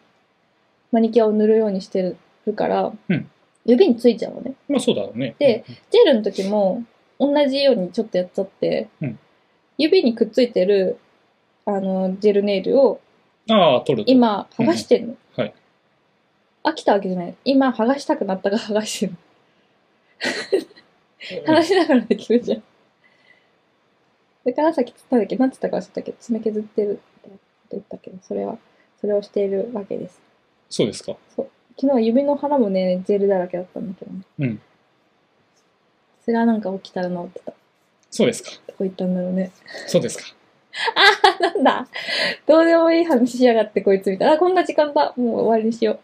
Speaker 2: マニキュアを塗るようにしてるから、
Speaker 1: うん
Speaker 2: 指についちゃうのね。
Speaker 1: まあそうだろうね。
Speaker 2: でジェルの時も同じようにちょっとやっちゃって、
Speaker 1: うん
Speaker 2: 指にくっついてるあのジェルネイルを
Speaker 1: ああ、取ると。
Speaker 2: 今剥がしてんの、
Speaker 1: うんはい
Speaker 2: 飽きたわけじゃない今剥がしたくなったから剥がしてる
Speaker 1: うん
Speaker 2: 話しながらできるじゃんだからさっき言ったんだっけ何て言ったか忘れたけど爪削ってるって言ったけどそれはそれをしているわけです
Speaker 1: そうですか。
Speaker 2: 昨日は指の腹もねジェルだらけだったんだけどね
Speaker 1: うん
Speaker 2: それはなんか起きたら治ってた
Speaker 1: そうですか。
Speaker 2: どこ行ったんだろうね
Speaker 1: そうですか。
Speaker 2: なんだどうでもいい話しやがってこいつみたいな。あ、こんな時間だ。もう 終わりにしよ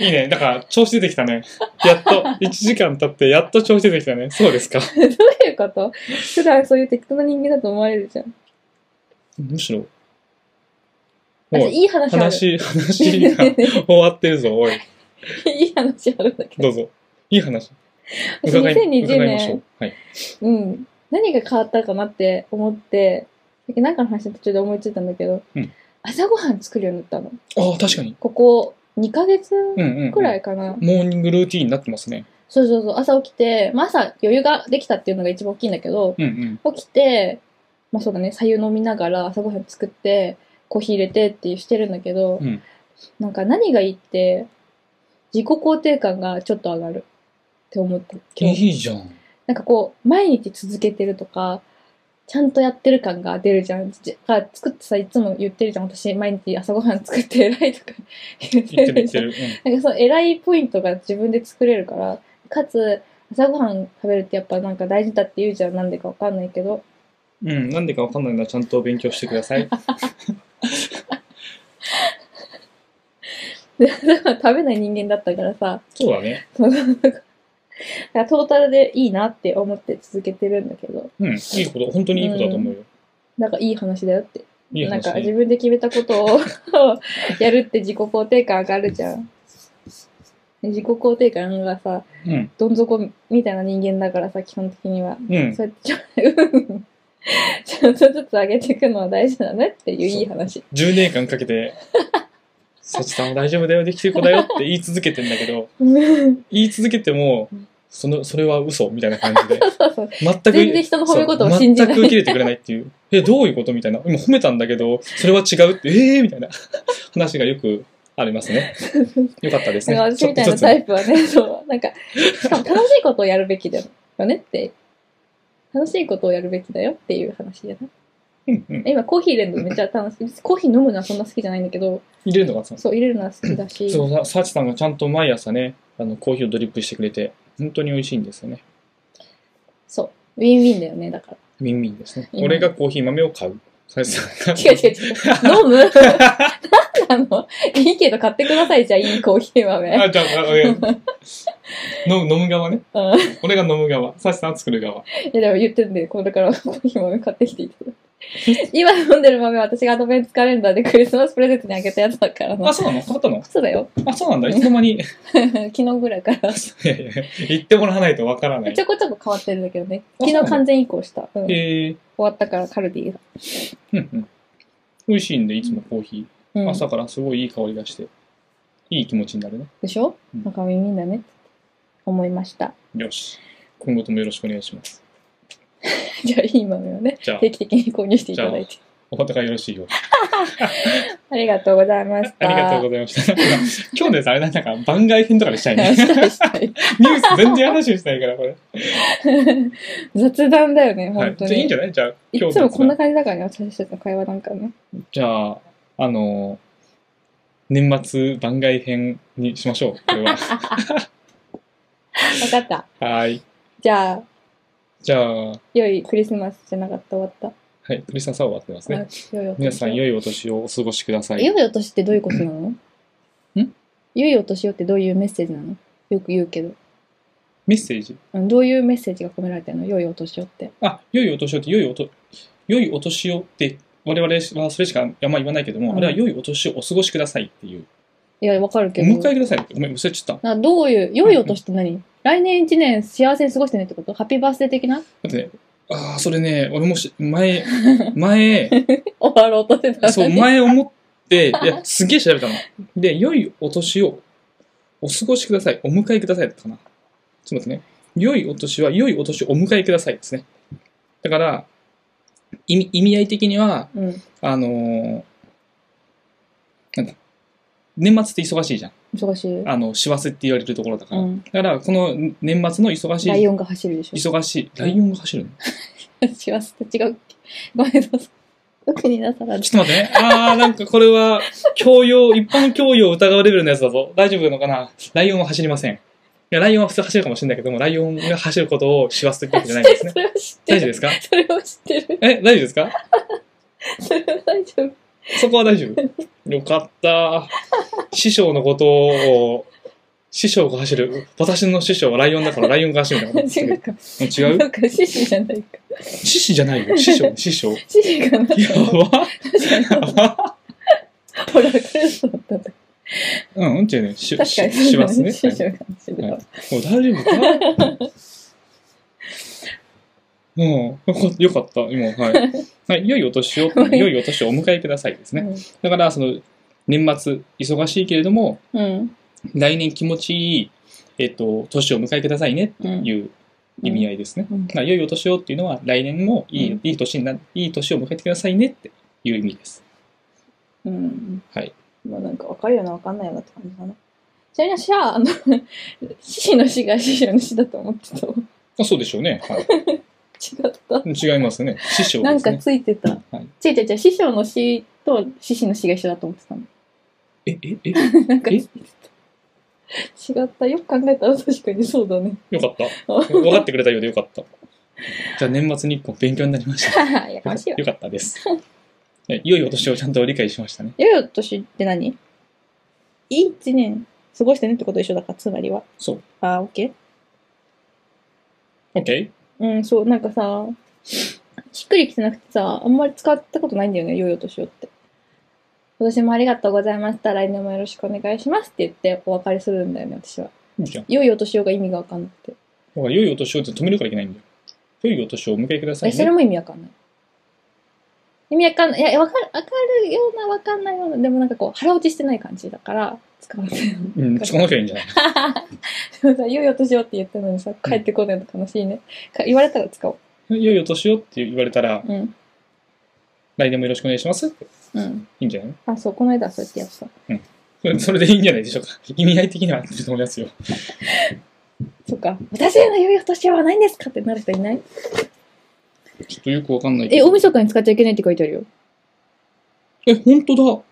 Speaker 1: いいね。だから、調子出てきたね。やっと、1時間経って、やっと調子出てきたね。そうですか。
Speaker 2: う。どういうこと普段そういう適当な人間だと思われるじゃん。
Speaker 1: むしろ。
Speaker 2: あ
Speaker 1: お
Speaker 2: い
Speaker 1: い、
Speaker 2: い話ある。
Speaker 1: 話、話が終わってるぞ、おい。
Speaker 2: いい話あるんだけ
Speaker 1: ど
Speaker 2: ど。
Speaker 1: うぞ。いい 話。
Speaker 2: 私
Speaker 1: 伺い
Speaker 2: 2020
Speaker 1: 伺いましょ
Speaker 2: 年
Speaker 1: う、。はい。
Speaker 2: うん。何が変わったかなって思って、さっきなんかの話の途中で思いついたんだけど、
Speaker 1: うん
Speaker 2: 朝ごはん作るようになったの。
Speaker 1: ああ、確かに。
Speaker 2: ここ2ヶ月
Speaker 1: うんうん、うん。
Speaker 2: くらいかな。
Speaker 1: モーニングルーティーンになってますね。
Speaker 2: そうそうそう。朝起きて、まあ朝余裕ができたっていうのが一番大きいんだけど、
Speaker 1: うんうん。
Speaker 2: 起きて、まあそうだね、白湯飲みながら朝ごはん作って、コーヒー入れてっていうしてるんだけど、
Speaker 1: うん
Speaker 2: なんか何がいいって、自己肯定感がちょっと上がる。って思った今日
Speaker 1: いいじゃん。
Speaker 2: なんかこう毎日続けてるとかちゃんとやってる感が出るじゃんじが作ってさいつも言ってるじゃん私毎日朝ごはん作って偉いとか言って
Speaker 1: 言ってる
Speaker 2: る
Speaker 1: 言っ
Speaker 2: じ
Speaker 1: て
Speaker 2: ゃん
Speaker 1: る。うん
Speaker 2: なんかその偉いポイントが自分で作れるからかつ朝ごはん食べるってやっぱなんか大事だって言うじゃんなんでかわかんないけど
Speaker 1: うん、なんでかわかんないならちゃんと勉強してください。
Speaker 2: で朝ごはん食べない人間だったからさ
Speaker 1: そうだね。
Speaker 2: そうなんかトータルでいいなって思って続けてるんだけど
Speaker 1: うん、いいこと、本当にいいことだと思うよ。
Speaker 2: なんかいい話だよって
Speaker 1: いい
Speaker 2: なん
Speaker 1: 話
Speaker 2: か自
Speaker 1: ね。
Speaker 2: 分で決めたことを やるって自己肯定感上がるじゃん。で自己肯定感がさ、
Speaker 1: うん、
Speaker 2: どん底みたいな人間だからさ、基本的には。
Speaker 1: うん。
Speaker 2: そうやってちょ、うんちゃん とずつ上げていくのは大事だねっていういい話。
Speaker 1: 10年間かけて、サチさんは大丈夫だよ、できてる子だよって言い続けてんだけど、
Speaker 2: そう
Speaker 1: 言い続けても、その、それは嘘みたいな感じで、
Speaker 2: そうそう。
Speaker 1: 全く、
Speaker 2: 全然人の褒め言葉を信じない
Speaker 1: そう全く受け入れてくれないっていう。え、どういうことみたいな。今褒めたんだけど、それは違うって、ええー、みたいな話がよくあります ね。よかったです
Speaker 2: だ
Speaker 1: ね。
Speaker 2: から私みたいな
Speaker 1: ちょ
Speaker 2: タ
Speaker 1: っとず
Speaker 2: イプはね、そう、なんか、しかも楽しいことをやるべきだよねって。楽しいことをやるべきだよっていう話じゃない
Speaker 1: つうんうん。
Speaker 2: 今コーヒー入れるのめっちゃ楽しい。コーヒー飲むのはそんな好きじゃないんだけど、
Speaker 1: 入れるのがさ、
Speaker 2: そう、入れるのは好きだし。
Speaker 1: そうさ、サチさんがちゃんと毎朝ね、あの、コーヒーをドリップしてくれて、本当に美味しいんですよね。
Speaker 2: そう。ウィンウィンだよね、だから。
Speaker 1: ウィンウィンですね。
Speaker 2: うん
Speaker 1: 俺がコーヒー豆を買う。サチさんが。
Speaker 2: 違う違う違う。飲むなんなのいいけど買ってください、じゃあ、いいコーヒー豆。
Speaker 1: あ、じゃあ、あいや飲む飲む側ね。
Speaker 2: うん。い
Speaker 1: 俺が飲む側。サチさんは作る側。
Speaker 2: や、でも言ってんで、これからコーヒー豆買ってきていいって今飲んでる豆は私がアドベンツカレンダーでクリスマスプレゼントにあげたやつだから
Speaker 1: あ、
Speaker 2: な。
Speaker 1: そうなの買ったの
Speaker 2: そうだよ。
Speaker 1: あ、そうなんだ。いつの間に。
Speaker 2: 昨日ぐらいから。ち
Speaker 1: いやいや、言ってもらわないとわからない
Speaker 2: ょ。こちょこ変わってるんだけどね。
Speaker 1: あ
Speaker 2: 昨日完全移行した。うん、終
Speaker 1: えー、
Speaker 2: わったからカルディが。
Speaker 1: うんうん。美味しいんで、いつもコーヒ
Speaker 2: う
Speaker 1: ー。
Speaker 2: ん、
Speaker 1: 朝からすごいいい香りがして、いい気持ちになるね。
Speaker 2: でしょ
Speaker 1: うん
Speaker 2: なんか耳だねって思いました。
Speaker 1: よし。今後ともよろしくお願いします。
Speaker 2: じゃあ、いい豆をね、
Speaker 1: じゃあ
Speaker 2: 定、期的に購入していただいて。
Speaker 1: お互いよろしいように。
Speaker 2: ありがとうございました。
Speaker 1: ありがとうございました。 今日のやつあれなんだから番外編とかでしたい ね。
Speaker 2: したいしたい
Speaker 1: ニュース全然話したいから、これ。
Speaker 2: 雑談だよね、
Speaker 1: はい。
Speaker 2: 本
Speaker 1: じゃ
Speaker 2: 当に。
Speaker 1: あいいんじゃないじゃあ、
Speaker 2: い
Speaker 1: 今日
Speaker 2: つもこん
Speaker 1: の
Speaker 2: な感じだからね、私たちの会話なんかね。
Speaker 1: じゃあ、あのー、年末番外編にしましょう。こ れは。
Speaker 2: わかった。
Speaker 1: はーい。
Speaker 2: じゃあ、
Speaker 1: じゃあ、は
Speaker 2: 良いクリスマスじゃなかった、終わった。
Speaker 1: い。クリスマスは終わってますね。
Speaker 2: あ良いお年を
Speaker 1: 皆さん、良いお年をお過ごしください。
Speaker 2: 良いお年ってどういうことなの
Speaker 1: ん
Speaker 2: 良いお年をってどういうメッセージなのよく言うけど。
Speaker 1: メッセージ。
Speaker 2: あのどういうメッセージが込められてるの良いお年をって。
Speaker 1: あ、良いお年をって、良いおと、良いお年をって、我々はそれしかあんま言わないけども、
Speaker 2: うん
Speaker 1: あれは良いお年をお過ごしくださいっていう。
Speaker 2: いや、わかる
Speaker 1: お
Speaker 2: けど。
Speaker 1: 迎えくださいって。ごめん、忘れちゃった。
Speaker 2: などういう、良いお年って何来年一年幸せに過ごしてねってことハッピーバースデー的な
Speaker 1: だってね、ああ、それね、俺もし、前、前、
Speaker 2: 終わろうとしてたのに
Speaker 1: そう、前思って、いや、すげえ調べたの。で、良いお年をお過ごしください。お迎えくださいだったかな。ちょっと待ってね。良いお年は、良いお年をお迎えくださいですね。だから、意味意味合い的には、
Speaker 2: うん。
Speaker 1: あのーなんだ、年末って忙しいじゃん。
Speaker 2: 忙しい。
Speaker 1: あの、師走って言われるところだから。
Speaker 2: うん。
Speaker 1: だから、この年末の忙し
Speaker 2: ライ
Speaker 1: い、
Speaker 2: オンが走るでしょ。
Speaker 1: 忙しい、ライオンが走るの
Speaker 2: 幸せと違うっけ。ごめんなさい。特になさらず
Speaker 1: ちょっと待ってね。あー、なんかこれは、教養、一般教養を疑うレベルのやつだぞ。大丈夫なのかなライオンは走りません。いや、ライオンは普通走るかもしれないけども、ライオンが走ることを師走というわけじゃないんですね
Speaker 2: そ。れは知って
Speaker 1: 大丈夫
Speaker 2: る。
Speaker 1: ですか
Speaker 2: それは知ってる。
Speaker 1: え、大丈夫ですか
Speaker 2: それは大丈夫。
Speaker 1: そこは大丈夫。よかった。師匠のことを、師匠が走る。私の師匠はライオンだからライオンが走るんだから。
Speaker 2: 違うか。
Speaker 1: 違う
Speaker 2: なんか獅子じゃないか。
Speaker 1: 獅子じゃないよ。師匠、師匠。
Speaker 2: 獅子かな
Speaker 1: やばやば
Speaker 2: ほら、クルスだったんだ。
Speaker 1: うん、うんちゃね。し、
Speaker 2: 確かに。
Speaker 1: しますね。
Speaker 2: 獅子が走る
Speaker 1: は
Speaker 2: わ
Speaker 1: い。もう大丈夫かもうよかよかった、今、はい。はい、良いお年を、
Speaker 2: はい
Speaker 1: 良いお年をお迎えくださいですね。だから、その、年末、忙しいけれども、
Speaker 2: うん。
Speaker 1: 来年気持ちいい、えっと、年を迎えくださいね、
Speaker 2: うん。うん。
Speaker 1: いう意味合いですね。
Speaker 2: うん
Speaker 1: だから良いお年をっていうのは、来年もいい,、
Speaker 2: うん
Speaker 1: いい年にな、いい年を迎えてくださいねっていう意味です。
Speaker 2: うん。
Speaker 1: はい。
Speaker 2: まあなんか分かるような分かんないようなって感じだな。ちなみに私は、あの、 獅子の死が獅子の死だと思ってたわ。
Speaker 1: あそうでしょうね。はい。
Speaker 2: 違った。
Speaker 1: 違いますね。 師匠
Speaker 2: な
Speaker 1: で
Speaker 2: ん
Speaker 1: す
Speaker 2: か
Speaker 1: ね。
Speaker 2: ついてた。
Speaker 1: はい、
Speaker 2: 違う違う違う、師匠の死と獅子の死が一緒だと思ってたの。
Speaker 1: え、え、え、
Speaker 2: なんかつ
Speaker 1: え
Speaker 2: いてた。違った。よく考えたら確かにそう だね。
Speaker 1: よかった。分かってくれたようでよかった。じゃあ年末日光勉強になりました。
Speaker 2: やかましいわ。
Speaker 1: よかったです。え良いお年をちゃんと理解しましたね。
Speaker 2: 良いお年って何いい一年過ごしてねってこと一緒だから、つまりは。
Speaker 1: そう。
Speaker 2: あー、オッケー。
Speaker 1: OK?
Speaker 2: うん、そう、なんかさ、しっくりきてなくてさ、あんまり使ったことないんだよね、良いお年をって。今年もありがとうございました。来年もよろしくお願いしますって言ってお別れするんだよね、私は。
Speaker 1: いいじゃん。
Speaker 2: 良いお年をが意味がわかんなくて。
Speaker 1: だから良いお年をって止めるからいけないんだよ。良いお年をお迎えくださ
Speaker 2: え、
Speaker 1: い
Speaker 2: それ
Speaker 1: ね。
Speaker 2: も意味わかんない。意味わかんない。いや、わかる、わかるような、わかんないような。でもなんかこう、腹落ちしてない感じだから、使わない。
Speaker 1: うん、使わなきゃいいんじゃない
Speaker 2: でもさ、良いお年をって言ったのにさ、帰ってこないと悲しいね。か言われたら使おう。
Speaker 1: 良いお年をって言われたら、
Speaker 2: うん。
Speaker 1: 来年もよろしくお願いしますって。
Speaker 2: うん。
Speaker 1: いいんじゃない
Speaker 2: あ、そう、この間はそうやってやってた。
Speaker 1: それそれでいいんじゃないでしょうか。 意味合い的には合ってると思いますよ。
Speaker 2: そっか。私への良いお年をはないんですかってなる人いない
Speaker 1: ちょっとよくわかんないけ
Speaker 2: え、
Speaker 1: ど。
Speaker 2: 大晦日に使っちゃいけないって書いてあるよ。
Speaker 1: え、本当だ。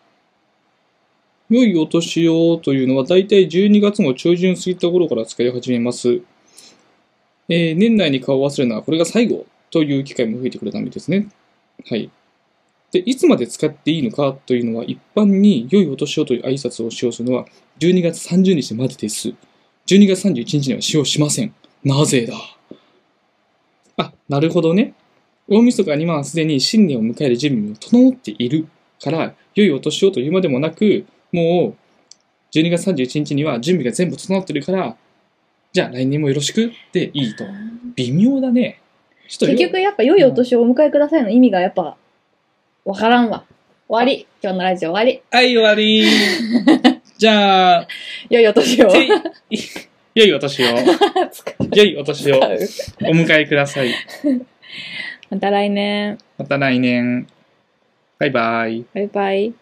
Speaker 1: 良いお年をというのは、だいたい12月の中旬過ぎた頃から使い始めます。えー年内に顔を忘れるのはこれが最後という機会も増えてくるためですね。はい。で、いつまで使っていいのかというのは、一般に良いお年をという挨拶を使用するのは、12月30日までです。12月31日には使用しません。なぜだあ、なるほどね。大晦日にはすでに新年を迎える準備も整っているから、良いお年をというまでもなく、もう12月31日には準備が全部整ってるから、じゃあ来年もよろしくでいいと。微妙だね。ちょっと
Speaker 2: 結
Speaker 1: よ
Speaker 2: 局やっぱ良いお年をお迎えくださいの意味がやっぱ、わからんわ。終わり。今日のラジオ終わり。
Speaker 1: はい、終わり。じゃあ、
Speaker 2: 良いお年 を。
Speaker 1: てい 良いお年を、
Speaker 2: 使
Speaker 1: 良いお年を
Speaker 2: う
Speaker 1: お迎えください。
Speaker 2: また来年。
Speaker 1: また来年。バイバイ。
Speaker 2: バイバイ。